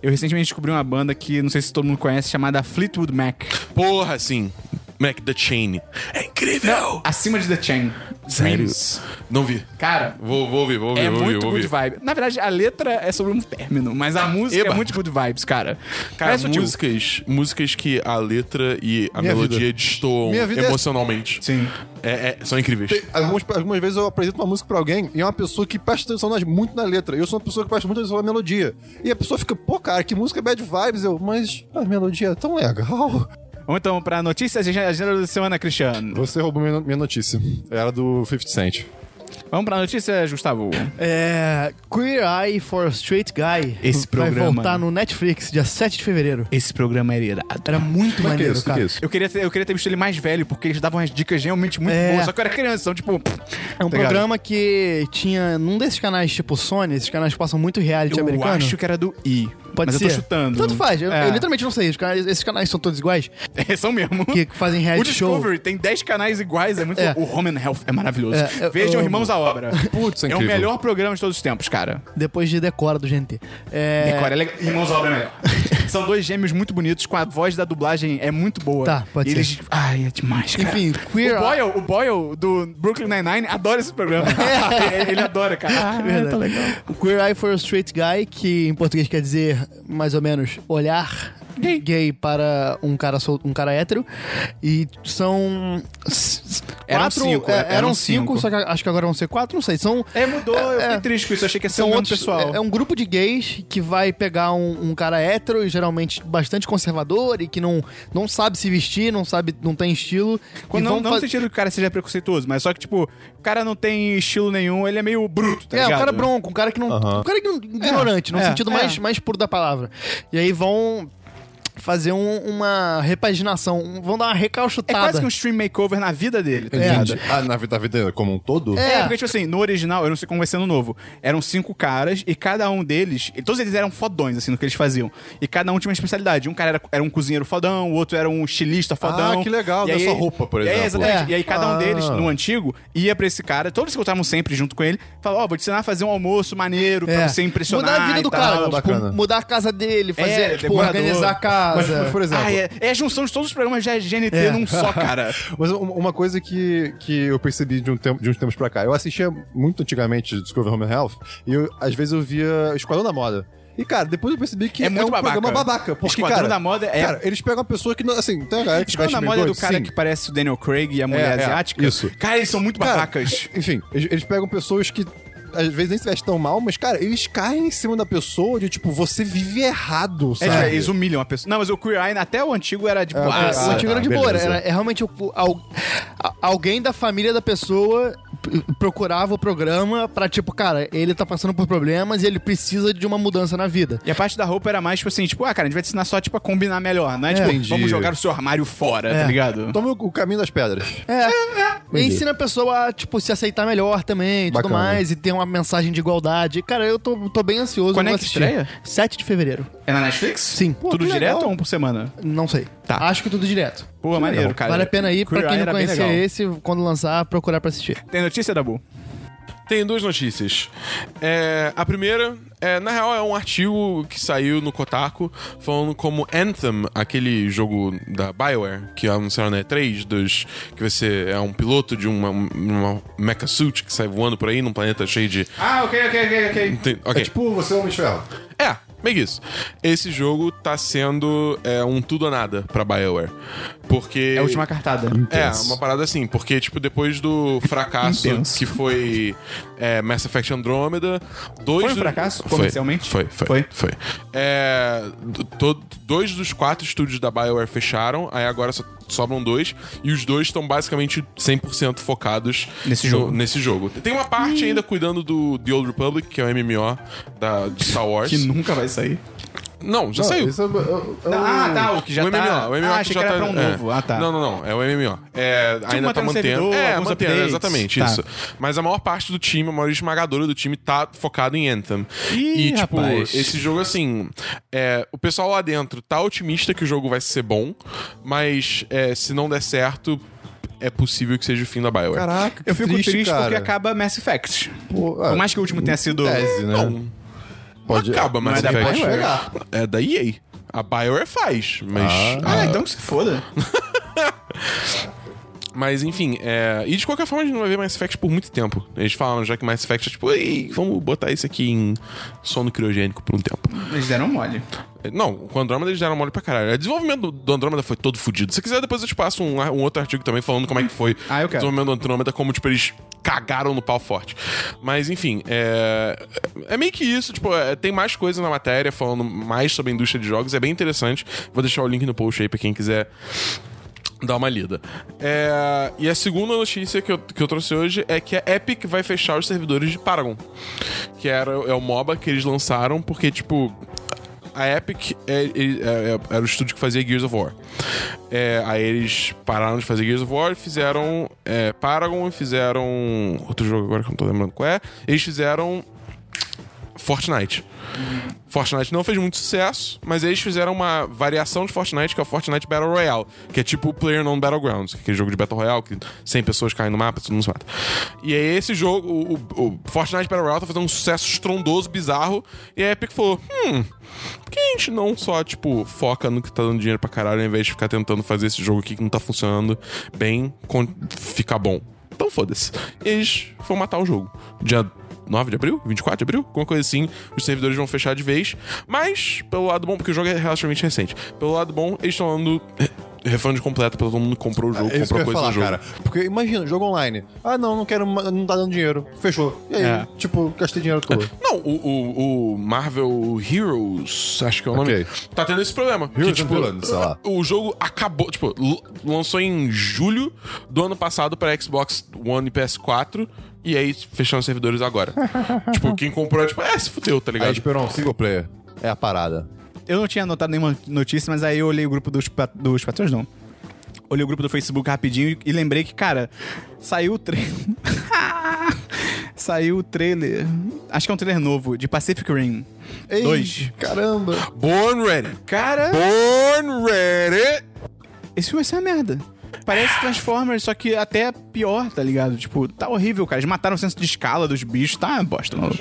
eu recentemente descobri uma banda que não sei se todo mundo conhece, chamada Fleetwood Mac.
Porra, sim. Mac The Chain. É incrível!
Acima de The Chain. Dreams.
Não vi.
Cara,
Vou, vou ouvir, vou ouvir,
é
vou ouvir,
muito
vou
good
ouvir.
vibe. Na verdade, a letra é sobre um término, mas a música
Eba.
é muito good vibes, cara.
Cara,
Parece o tio.
músicas, músicas que a letra e a
Minha
melodia
vida.
destoam
Minha vida é-
emocionalmente.
Sim.
É- é- são incríveis.
Algumas, algumas vezes eu apresento uma música pra alguém e é uma pessoa que presta atenção nas- muito na letra. Eu sou uma pessoa que presta muita atenção na melodia. E a pessoa fica, pô, cara, que música bad vibes. Eu, mas a melodia é tão legal.
Vamos então pra notícias e agenda da semana, Cristiano.
Você roubou minha, minha notícia. Era do 50 Cent.
Vamos pra notícias, Gustavo.
É. Queer Eye for a Straight Guy.
Esse
Vai
programa.
voltar no Netflix, dia 7 de fevereiro.
Esse programa era irado.
Era muito
Como é que
maneiro,
é isso? O que
cara.
é isso?
Eu queria, ter, eu queria ter visto ele mais velho, porque eles davam umas dicas realmente muito
É.
boas. Só que eu era criança, então, tipo.
É um programa que tinha num desses canais tipo Sony, esses canais que passam muito reality
Eu
americano.
acho que era do I.
Pode
mas
ser.
eu tô chutando.
Tanto faz, eu,
É.
eu literalmente não sei. os canais- esses canais são todos iguais,
É, (laughs) são mesmo.
que fazem
O
reality show.
Discovery tem 10 canais iguais, é muito
É.
louco. O Home and Health é maravilhoso.
É, eu-
Vejam
eu-
Irmãos
(laughs)
à Obra.
Putz, é
é o
incrível.
melhor programa de todos os tempos, cara.
Depois de Decora do GNT. É,
Decora, é legal. Irmãos à Obra é
(laughs)
melhor. São dois gêmeos muito bonitos, com a voz da dublagem é muito boa.
Tá, pode
e
ser.
Eles... Ai, é demais, cara.
Enfim, Queer
o Boyle, o Boyle do Brooklyn Nine-Nine adora
(laughs)
esse programa. (laughs) ele, ele adora, cara. Ah,
É. Verdade.
tá legal.
O então Queer Eye for a Straight Guy, que em português quer dizer mais ou menos olhar
Gay.
gay, para um cara sol- um cara hétero. E são s- s-
Eram
quatro,
cinco,
é,
é,
eram,
eram
cinco,
cinco.
só que acho que agora vão ser quatro, não sei. São
É, mudou, eu fiquei
É.
triste com isso, achei que ia ser
são
o mesmo
outros
pessoal.
É, é um grupo de gays que vai pegar um, um cara hétero, e geralmente bastante conservador e que não, não sabe se vestir, não sabe, não tem estilo.
Quando
e
não,
vão
não no
fa-
sentido que o cara seja preconceituoso, mas só que, tipo, o cara não tem estilo nenhum, ele é meio bruto, tá
é,
ligado?
um cara bronco, um cara que não. Um cara que não, ignorante, no
é,
sentido mais,
é.
mais puro da palavra. E aí vão. fazer um- uma repaginação. um- vão dar uma
É
recalchutada.
quase que um stream makeover na vida dele. tá ligado?
Entendi. Ah, na vida, da vida como um todo?
É. porque, tipo assim, no original, eu não sei como vai ser no novo. Eram cinco caras e cada um deles. e Todos eles eram fodões, assim, no que eles faziam. E cada um tinha uma especialidade. Um cara era, era um cozinheiro fodão, o outro era um estilista fodão.
Ah, que legal,
E aí-
dessa roupa, por
e aí,
exemplo. Ah.
exatamente.
É.
E aí cada um deles, no antigo, ia pra esse cara, todos que estavam sempre junto com ele, falava: Ó, vou te ensinar a fazer um almoço maneiro pra
É.
você impressionar.
Mudar a vida
e
do
tal. É,
cara, tipo,
bacana.
mudar a casa dele, fazer, tipo,
decorador.
organizar a
Mas,
casa.
mas, por exemplo,
Ah, é, é a junção de todos os programas de GNT
É.
num
(laughs)
só, cara.
Mas um- uma coisa que, que eu percebi de, um tempo, de uns tempos pra cá, eu assistia muito antigamente Discovery Home and Health, e eu, às vezes eu via Esquadrão da Moda. E, cara, depois eu percebi que
É
é,
muito
um
babaca.
programa babaca. Porque,
Esquadrão
cara,
da Moda é-
Cara, eles pegam uma pessoa que não... Assim, tem a galera que
Escolha na
veste meio
moda é do
doido,
cara
sim.
que parece o Daniel Craig e a mulher
é,
asiática.
isso.
Cara, eles são muito
Cara,
babacas.
Enfim, eles, eles pegam pessoas que às vezes nem se vestem tão mal, mas, cara, eles caem em cima da pessoa de, tipo, você vive errado,
É,
sabe?
tipo, eles humilham a pessoa. Não, mas o Queer Eye, até o antigo, era tipo...
É,
ah,
é,
o
sim.
antigo era de
tá,
boa,
beleza.
era, é realmente o- o- al- a- alguém da família da pessoa p- procurava o programa pra, tipo, cara, ele tá passando por problemas e ele precisa de uma mudança na vida.
E a parte da roupa era mais, tipo assim, tipo, ah, cara, a gente vai te ensinar só, tipo, a combinar melhor. Não é, tipo,
Entendi.
vamos jogar o seu armário fora, tá ligado?
Toma o, o caminho das pedras.
É, e ensina a pessoa a, tipo, se aceitar melhor também e tudo
Bacana.
mais, e ter uma mensagem de igualdade. Cara, eu tô, tô bem ansioso.
Quando é
eu vou
que
assistir.
estreia?
7 de fevereiro.
É na Netflix?
Sim. Pô,
Tudo
que
direto
legal.
ou um por semana?
Não sei.
Tá.
Acho que tudo direto.
Pô, maneiro, cara.
vale a pena ir, pra
Queer
quem
Eye
não
era bem
conhecer
legal.
esse, quando lançar, procurar pra assistir.
Tem notícia, Dabu?
Tem duas notícias. É, a primeira, é, na real, é um artigo que saiu no Kotaku falando como Anthem, aquele jogo da Bioware, que anunciaram na E3, dos, que você é um piloto de uma, uma mecha suit que sai voando por aí num planeta cheio de.
Ah, ok, ok, ok, ok.
Tem- ok.
É tipo, você é um homem de ferro.
É, meio que isso. Esse jogo tá sendo é, um tudo ou nada pra Bioware. Porque.
É a última cartada.
É, uma parada assim, porque, tipo, depois do fracasso
Intenso.
que foi é, Mass Effect Andromeda, dois.
Foi um
do-
fracasso,
Foi,
comercialmente?
Foi, foi.
Foi?
Foi. É, do- to- dois dos quatro estúdios da Bioware fecharam, aí agora só sobram dois, e os dois estão basicamente 100% focados
Nesse
no-
jogo.
nesse jogo. Tem uma parte ainda cuidando do The Old Republic, que é o MMO da, de Star Wars.
Que nunca vai sair.
Não, já
Não,
saiu.
isso é- é- é
Ah,
um-
tá, o que já
o MMO,
tá...
o MMO
ah,
que
achei
já
que era
tá,
pra um
é.
novo. Ah, tá.
Não, não, não. É o MMO. É, ainda
manter
tá
no
mantendo.
servidor,
é,
alguns
mantendo,
updates.
exatamente,
Tá.
isso. Mas a maior parte do time, a maior esmagadora do time, tá focado em Anthem.
Ih,
e, tipo,
rapaz.
esse jogo, assim. é, o pessoal lá dentro tá otimista que o jogo vai ser bom, mas é, se não der certo, é possível que seja o fim da Bioware.
Caraca, Ah, que
Eu fico triste,
cara.
porque acaba Mass Effect.
Pô, é,
Por mais que o último tenha sido...
Tese, né?
Não.
Pode...
Acaba,
Não é
mas
da
Effect.
Bioware?
É da EA. A Bioware faz, mas. a-
Ah, então que se foda.
Mas enfim, é... e de qualquer forma a gente não vai ver Mass Effect por muito tempo. Eles falam já que Mass Effect é tipo, Ei, vamos botar isso aqui em sono criogênico por um tempo.
Eles deram mole.
Não, com Andrômeda eles deram mole pra caralho. O desenvolvimento do- do Andrômeda foi todo fodido. Se quiser, depois eu te passo um, um outro artigo também falando como é que foi
Ah, eu quero.
o desenvolvimento do Andrômeda, como tipo, eles cagaram no pau forte. Mas enfim, é, é meio que isso. Tipo, é, tem mais coisa na matéria falando mais sobre a indústria de jogos. É bem interessante. Vou deixar o link no post aí pra quem quiser Dá uma lida. É, E a segunda notícia que eu, que eu trouxe hoje é que a Epic vai fechar os servidores de Paragon. Que era, é o MOBA que eles lançaram, porque, tipo. A Epic é- é- é- era o estúdio que fazia Gears of War. É, aí eles pararam de fazer Gears of War, fizeram é, Paragon, fizeram. Outro jogo agora que eu não tô lembrando qual é. Eles fizeram Fortnite. Fortnite não fez muito sucesso, mas eles fizeram uma variação de Fortnite, que é o Fortnite Battle Royale, que é tipo o Player Non Battlegrounds, que é aquele jogo de Battle Royale que 100 pessoas caem no mapa, todo mundo se mata. E aí esse jogo, o, o- o Fortnite Battle Royale tá fazendo um sucesso estrondoso, bizarro, e a Epic falou: hum, por que a gente não só, tipo, foca no que tá dando dinheiro pra caralho, ao invés de ficar tentando fazer esse jogo aqui que não tá funcionando bem, con- ficar bom? Então foda-se. Eles vão matar o jogo. Dia 9 de abril? 24 de abril? Alguma coisa assim. Os servidores vão fechar de vez. Mas, pelo lado bom, porque o jogo é relativamente recente. Pelo lado bom, eles estão dando refund completo pra todo mundo que comprou o jogo,
É isso que eu
comprou
ia
coisa
falar,
do jogo.
cara. Porque imagina, jogo online. Ah, não, não quero, ma- não tá dando dinheiro. Fechou. E aí,
É.
tipo, gastei dinheiro (laughs) à toa.
Não, o, o- o Marvel Heroes, acho que é o nome.
Ok.
Tá tendo esse problema.
Heroes
que, tipo,
and Villains, sei lá.
O jogo acabou, tipo, l- lançou em julho do ano passado pra Xbox One e PS4. E aí, fechando os
(laughs)
servidores agora. tipo, quem comprou, é, tipo, é, se fudeu, tá
Aí
ligado?
esperou um single player. É a parada.
Eu não tinha anotado nenhuma notícia, mas aí eu olhei o grupo dos, pa- dos patrões, não. Olhei o grupo do Facebook rapidinho e- e lembrei que, cara, saiu o trailer. (laughs) saiu o trailer. Acho que é um trailer novo, de Pacific Rim.
Ei,
Dois.
Caramba.
Born ready.
Cara,
Born ready.
esse filme vai ser uma merda. Parece Transformers, só que até pior, tá ligado? Tipo, tá horrível, cara. Eles mataram o senso de escala dos bichos, tá uma bosta, maluco.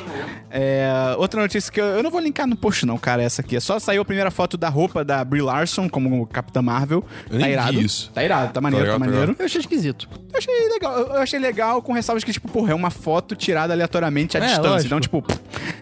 É, outra notícia que eu, eu não vou linkar no post, não, cara, essa aqui. É só saiu a primeira foto da roupa da Brie Larson como Capitã Marvel.
Eu
tá
nem
irado.
vi isso.
Tá irado, tá maneiro,
legal,
tá
tá
maneiro.
Eu achei esquisito.
Eu achei legal. Eu eu achei legal com ressalvas que, tipo, porra, é uma foto tirada aleatoriamente à
É,
distância.
lógico.
Então, tipo. pff.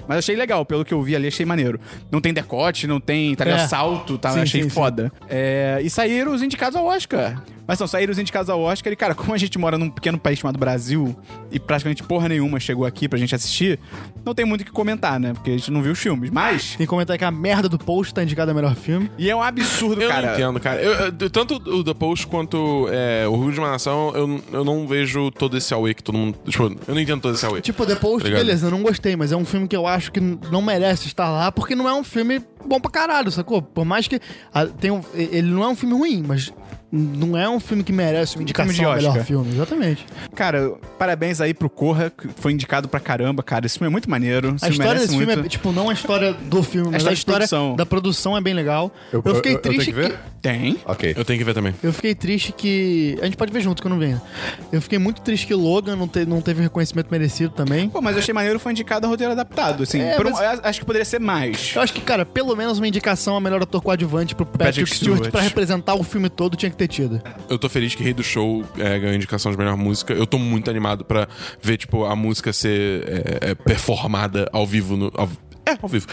Mas achei legal, pelo que eu vi ali, achei maneiro. Não tem decote, não tem, tá ligado?
É.
Salto, tá?
Sim,
achei
sim, sim.
foda. É, e saíram os indicados ao Oscar. Mas não, saíram os indicados ao Oscar e, cara, como a gente mora num pequeno país chamado Brasil e praticamente porra nenhuma chegou aqui pra gente assistir, não tem muito o que comentar, né? Porque a gente não viu os filmes. Mas.
Tem que comentar que a merda do post tá indicada a melhor filme.
E é um absurdo,
Eu
cara.
não entendo, cara. Eu- eu- tanto o The Post quanto é, o Rio de uma Nação, eu, eu não vejo todo esse away que todo mundo. Tipo, eu não entendo todo esse away.
Tipo, The Post,
Obrigado.
beleza, eu não gostei, mas é um filme que eu acho que n- não merece estar lá, porque não é um filme bom pra caralho, sacou? Por mais que ah, tem um- e- ele não é um filme ruim, mas não é um filme que merece uma indicação
de
ao melhor
Oscar.
filme, exatamente.
Cara, parabéns aí pro Corra, que foi indicado pra caramba, cara. Esse filme é muito maneiro.
A história desse
muito.
filme é, tipo, não a história do filme, mas
história
a
de
história
produção.
da produção é bem legal. Eu, fiquei triste
eu tenho que ver?
Tem.
Ok.
Eu tenho que ver também.
Eu fiquei triste que. A gente pode ver junto que eu não venho. Eu fiquei muito triste que Logan não, te- não teve reconhecimento merecido também.
Pô, mas eu achei maneiro foi indicado a roteiro adaptado, assim.
É,
por um-
mas-
eu acho que poderia ser mais.
Eu acho que, cara, pelo menos uma indicação a melhor ator coadjuvante pro Patrick,
Patrick
Stewart,
Stewart.
pra representar o filme todo tinha que ter tido.
Eu tô feliz que Rei do Show é, ganhou indicação de melhor música. Eu tô muito animado pra ver, tipo, a música ser é, é, performada ao vivo. No, ao- é, ao vivo.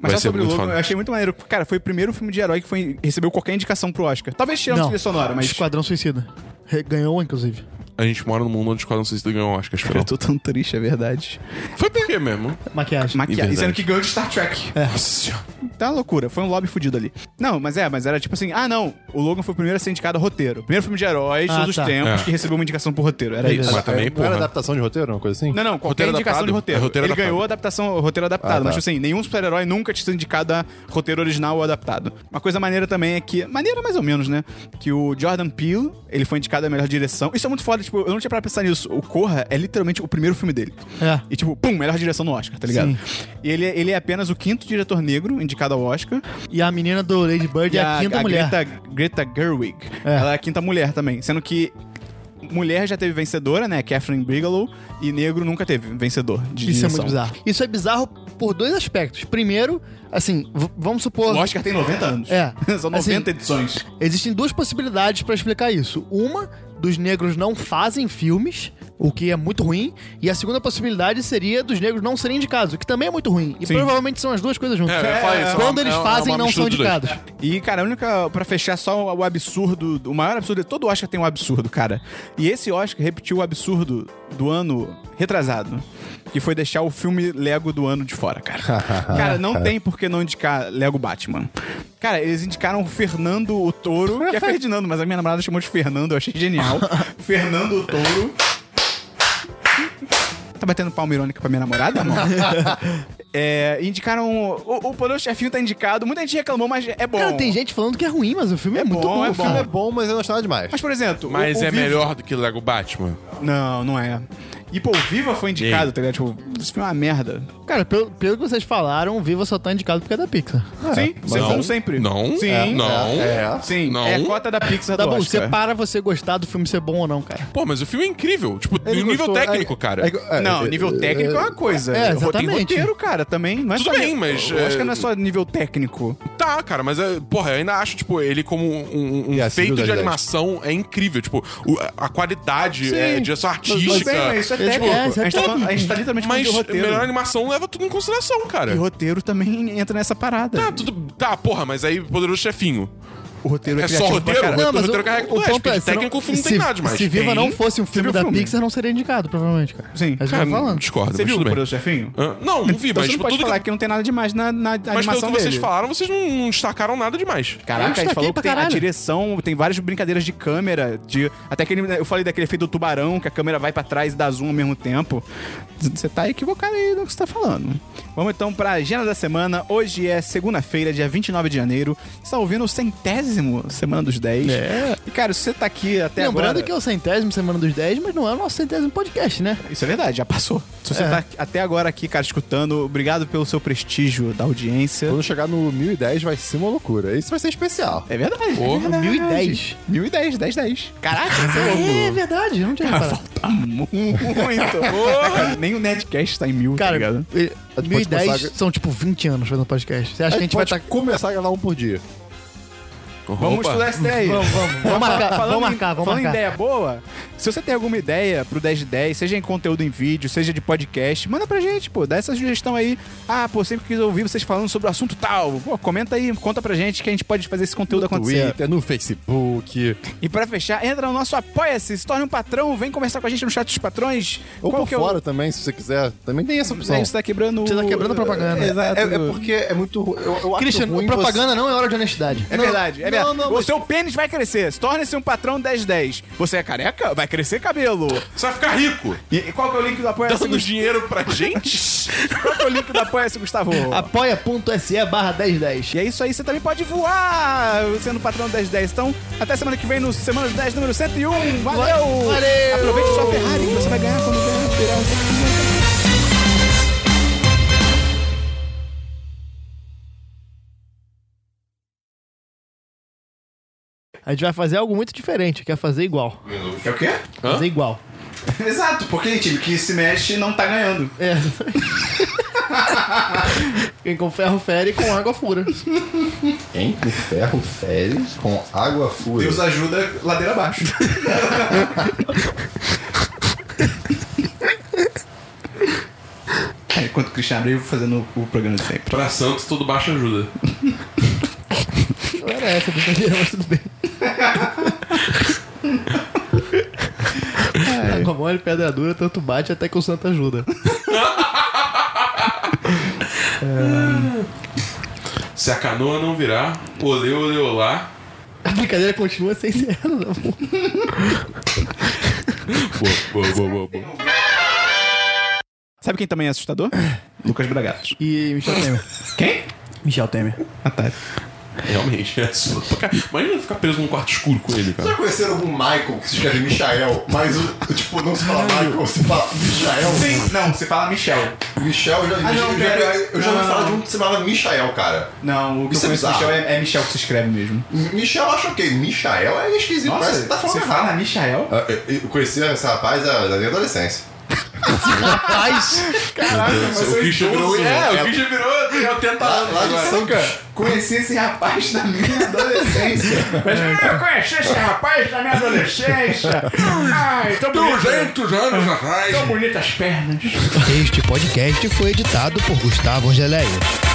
Mas
Vai
só
ser
sobre o
muito
Logan,
foda.
eu achei muito maneiro. Cara, foi o primeiro filme de herói que foi, recebeu qualquer indicação pro Oscar. Talvez tirando trilha sonora, mas.
Esquadrão Suicida. Re- Ganhou, inclusive.
A gente mora num mundo onde Esquadrão Suicida ganhou Oscar,
Eu
esperou.
tô tão triste, é verdade.
Foi por
(laughs)
quê mesmo?
Maquiagem.
Maquiagem.
verdade.
Dizendo que ganhou de Star Trek.
É.
Nossa senhora.
Tá uma loucura, foi um lobby fudido ali. Não, mas é, mas era tipo assim: ah, não, o Logan foi o primeiro a ser indicado a roteiro. Primeiro filme de herói de
Ah,
todos
tá.
os tempos
É.
que recebeu uma indicação por roteiro. Era isso.
Mas também,
é, não era
porra.
adaptação de roteiro, uma coisa assim?
Não, não, qualquer
Roteiro
indicação de
adaptado?
roteiro.
É roteiro
ele
adaptado.
ganhou adaptação, roteiro adaptado,
Ah, tá.
mas tipo assim, nenhum super-herói nunca tinha sido indicado a roteiro original ou adaptado. Uma coisa maneira também é que, maneira mais ou menos, né, que o Jordan Peele, ele foi indicado a melhor direção. Isso é muito foda, tipo, eu não tinha parado pra pensar nisso. O Corra é literalmente o primeiro filme dele.
É.
E tipo, pum, melhor direção no Oscar, tá ligado?
Sim.
E ele, ele é apenas o quinto diretor negro indicado ao Oscar.
E a menina do Lady Bird é a, quinta mulher.
Greta, Greta Gerwig.
É.
Ela é a quinta mulher também. Sendo que mulher já teve vencedora, né? Catherine Bigelow. E negro nunca teve vencedor
Isso
de
é
direção.
muito bizarro. Isso é bizarro por dois aspectos. Primeiro, assim, v- vamos supor.
O Oscar tem 90 anos.
É.
(laughs) São 90
Assim,
edições.
Existem duas possibilidades pra explicar isso. Uma, dos negros não fazem filmes, o que é muito ruim. E a segunda possibilidade seria dos negros não serem indicados, o que também é muito ruim. E
Sim.
provavelmente são as duas coisas juntas.
É, eu ia falar isso, é
Quando
uma-
eles
é uma-
fazem,
é uma
não são
mistura dos dois.
indicados.
E, cara, a única. Pra fechar só o absurdo. O maior absurdo. Todo Oscar tem um absurdo, cara. E esse Oscar repetiu o absurdo do ano retrasado. Que foi deixar o filme Lego do ano de
(laughs)
fora, cara. cara, não tem por que não indicar Lego Batman. Cara, eles indicaram o Fernando o Touro, que é Ferdinando, mas a minha namorada chamou de Fernando, eu achei
(laughs)
genial. Fernando o Touro. Tá batendo palma irônica pra minha
(laughs)
namorada, amor? É, indicaram. O, o Poderoso Chefinho tá indicado. Muita gente reclamou, mas é bom.
Cara, tem gente falando que é ruim, mas o filme é, muito
bom,
bom.
é
O filme
bom.
é bom, mas eu não achava demais.
Mas, por exemplo. o-
Mas
o
é
Viva-
melhor do que Lego Batman.
Não, não é. E, pô, o Viva foi indicado, tá ligado? Tipo, esse filme é uma merda.
Cara, pelo, pelo que vocês falaram, o Viva só tá indicado porque é da Pixar.
Sim, sempre, como
não,
sempre.
não,
Sim.
é, não.
É.
Sim,
Não.
é a cota da Pixar
Tá
do
bom,
é.
Oscar.
separa você gostar do filme ser bom ou não, cara.
Pô, mas o filme é incrível. Tipo,
Ele
o nível
gostou,
técnico,
é-
cara.
é- é-
Não,
é-
nível técnico é uma coisa.
é,
Roteiro-
exatamente.
Roteiro, cara, também. Não é
Tudo
só
bem,
ni-
mas,
Eu acho
é-
que não é só nível técnico.
Tá, cara, mas, é, porra, eu ainda acho, tipo, ele como um,
é
um- um
E
assim,
a
feito de
civilidade.
animação é incrível. Tipo, o- a qualidade
Sim.
é, direção
Tudo
artística.
bem, mas isso é
Ele-
técnico.
é, isso é
a, gente tá, falando-
técnico.
a gente tá literalmente falando
Mas é
de roteiro.
melhor animação leva tudo em consideração, cara. Ah,
E roteiro também entra nessa parada.
Tá, tudo. Tá, porra, mas aí Poderoso Chefinho.
O roteiro é,
É só
criativo pra
roteiro?
caralho.
Não, mas roteiro carrega tudo, é, speed
se não-
técnico, o filme não
se-
tem nada demais.
Se Viva
Tem-
não fosse um filme
viu
da
o filme?
Pixar, não seria indicado, provavelmente, cara.
Sim.
É isso que
Cara,
eu tô falando.
discordo,
Você
mas
viu o
tudo
Poderoso
bem.
Chefinho?
Hã? Não, não vi,
Então
mas
você não
tipo,
pode
tudo
falar
que...
que não tem nada demais na, na
Mas pelo que
animação
vocês
dele.
falaram, vocês não destacaram nada demais.
Eu
Caraca, a gente
destaquei
falou que
pra
tem a
caralho.
direção, tem várias brincadeiras de câmera, de até aquele, eu falei daquele efeito do tubarão, que a câmera vai pra trás e dá zoom ao mesmo tempo. Você tá equivocado aí no que você tá falando. Vamos então pra agenda da semana. Hoje é segunda-feira, dia 29 de janeiro. Você tá ouvindo o centésimo Semana dos 10.
É.
E cara, se você tá aqui até
Lembrando
agora...
que é o centésimo Semana dos 10, mas não é o nosso centésimo podcast, né?
Isso é verdade, já passou. Se você
É.
tá até agora aqui, cara, escutando, obrigado pelo seu prestígio da audiência.
Quando chegar no 1010 vai ser uma loucura. Isso vai ser especial.
É verdade.
Porra,
é verdade.
1010.
1010, 10, 10. Caraca, você é louco.
É verdade, eu não tinha reparado.
Falta muito. Nem o Nerdcast tá em mil,
(laughs)
tá
Cara,
ligado?
eh,
pode
1010
passar-
são tipo 20 anos fazendo podcast. Você acha que a gente vai tá-
pode
estar.
começar a gravar um por dia.
Vamos estudar essa ideia aí.
Vamos, vamos. Vamos marcar,
Falando
vamos
em-
marcar, vamos
Falando
marcar.
em ideia boa, se você tem alguma ideia pro 1010, seja em conteúdo em vídeo, seja de podcast, manda pra gente, pô. Dá essa sugestão aí. Ah, pô, sempre quis ouvir vocês falando sobre o assunto tal. Pô, comenta aí, conta pra gente que a gente pode fazer esse conteúdo acontecer.
Twitter, no Facebook.
E pra fechar, entra no nosso Apoia-se, se torne um patrão, vem conversar com a gente no chat dos patrões.
Ou
Qual
por
que é o-
fora também, se você quiser. Também tem essa opção.
Aí Você tá quebrando...
Você tá quebrando a propaganda.
Exato.
É, é porque é muito. ru- Eu, eu acho
Christian,
ruim
propaganda não é hora de honestidade.
É verdade, é
não,
verdade.
não,
o
mas-
seu pênis vai crescer. Torne-se um patrão 1010. Você é careca? Vai crescer
(laughs)
cabelo.
Você vai ficar rico Tá
E, e qual que é o link do Apoia-se?
dando
Gust-
dinheiro pra gente?
Qual que é o link do Apoia-se, Gustavo?
Apoia.se barra 1010.
E é isso aí, você também pode voar sendo patrão 1010. Então, até semana que vem no Semana dos 10, número 101. Valeu!
Valeu!
Aproveite sua Ferrari que você vai ganhar quando ganhar a Ferrari.
A gente vai fazer algo muito diferente, que é fazer igual.
É o quê?
Fazer igual.
Exato, porque time que se mexe não tá ganhando.
É. (laughs) Quem com ferro fere, com água fura.
Entre ferro fere com água fura.
ajuda ladeira (laughs) abaixo. Cara, É, enquanto o Cristiano Abreu fazendo o programa de sempre.
(laughs) pra Santos, tudo baixo ajuda.
Não era essa a brincadeira, mas tudo bem. (laughs) Água mole, pedra dura, tanto bate até que o santo ajuda.
Se a canoa não virar, olê, olê, olá.
A brincadeira continua sem ser ela, não.
Boa, boa, boa, boa, boa.
Sabe quem também é assustador? Lucas Bragatos.
E Michel Temer.
Quem?
Michel Temer.
Ah, tá.
Realmente, é absurdo. pra caralho. Imagina ficar preso num quarto escuro com ele, cara.
Já conheceram algum Michael que se escreve Michael, mas o, tipo, não se fala Michael, se fala Michael?
Sim, não, você fala Michel.
Michel, eu já,
Ah, não,
eu já,
pera.
eu já ouvi
Não,
falar de
não.
um que se chamava Michael, cara.
Não, o que
Isso é
eu conheço
bizarro.
Michel é, é Michel que se escreve mesmo.
Michel eu acho ok, Michael é esquisito, parece que tá falando
você
errado.
fala Michel?
Ah, Eu eu conheci esse rapaz da da minha adolescência.
O Christian virou. É, o Christian virou 80
Lá,
anos.
lá de
agora.
Santos.
Conheci esse rapaz na minha
(laughs)
Adolescência.
Mas eu conheci esse rapaz na minha adolescência. Ai, tão bonito.
anos atrás.
Tão bonitas pernas.
Este podcast foi editado por Gustavo Angeléia.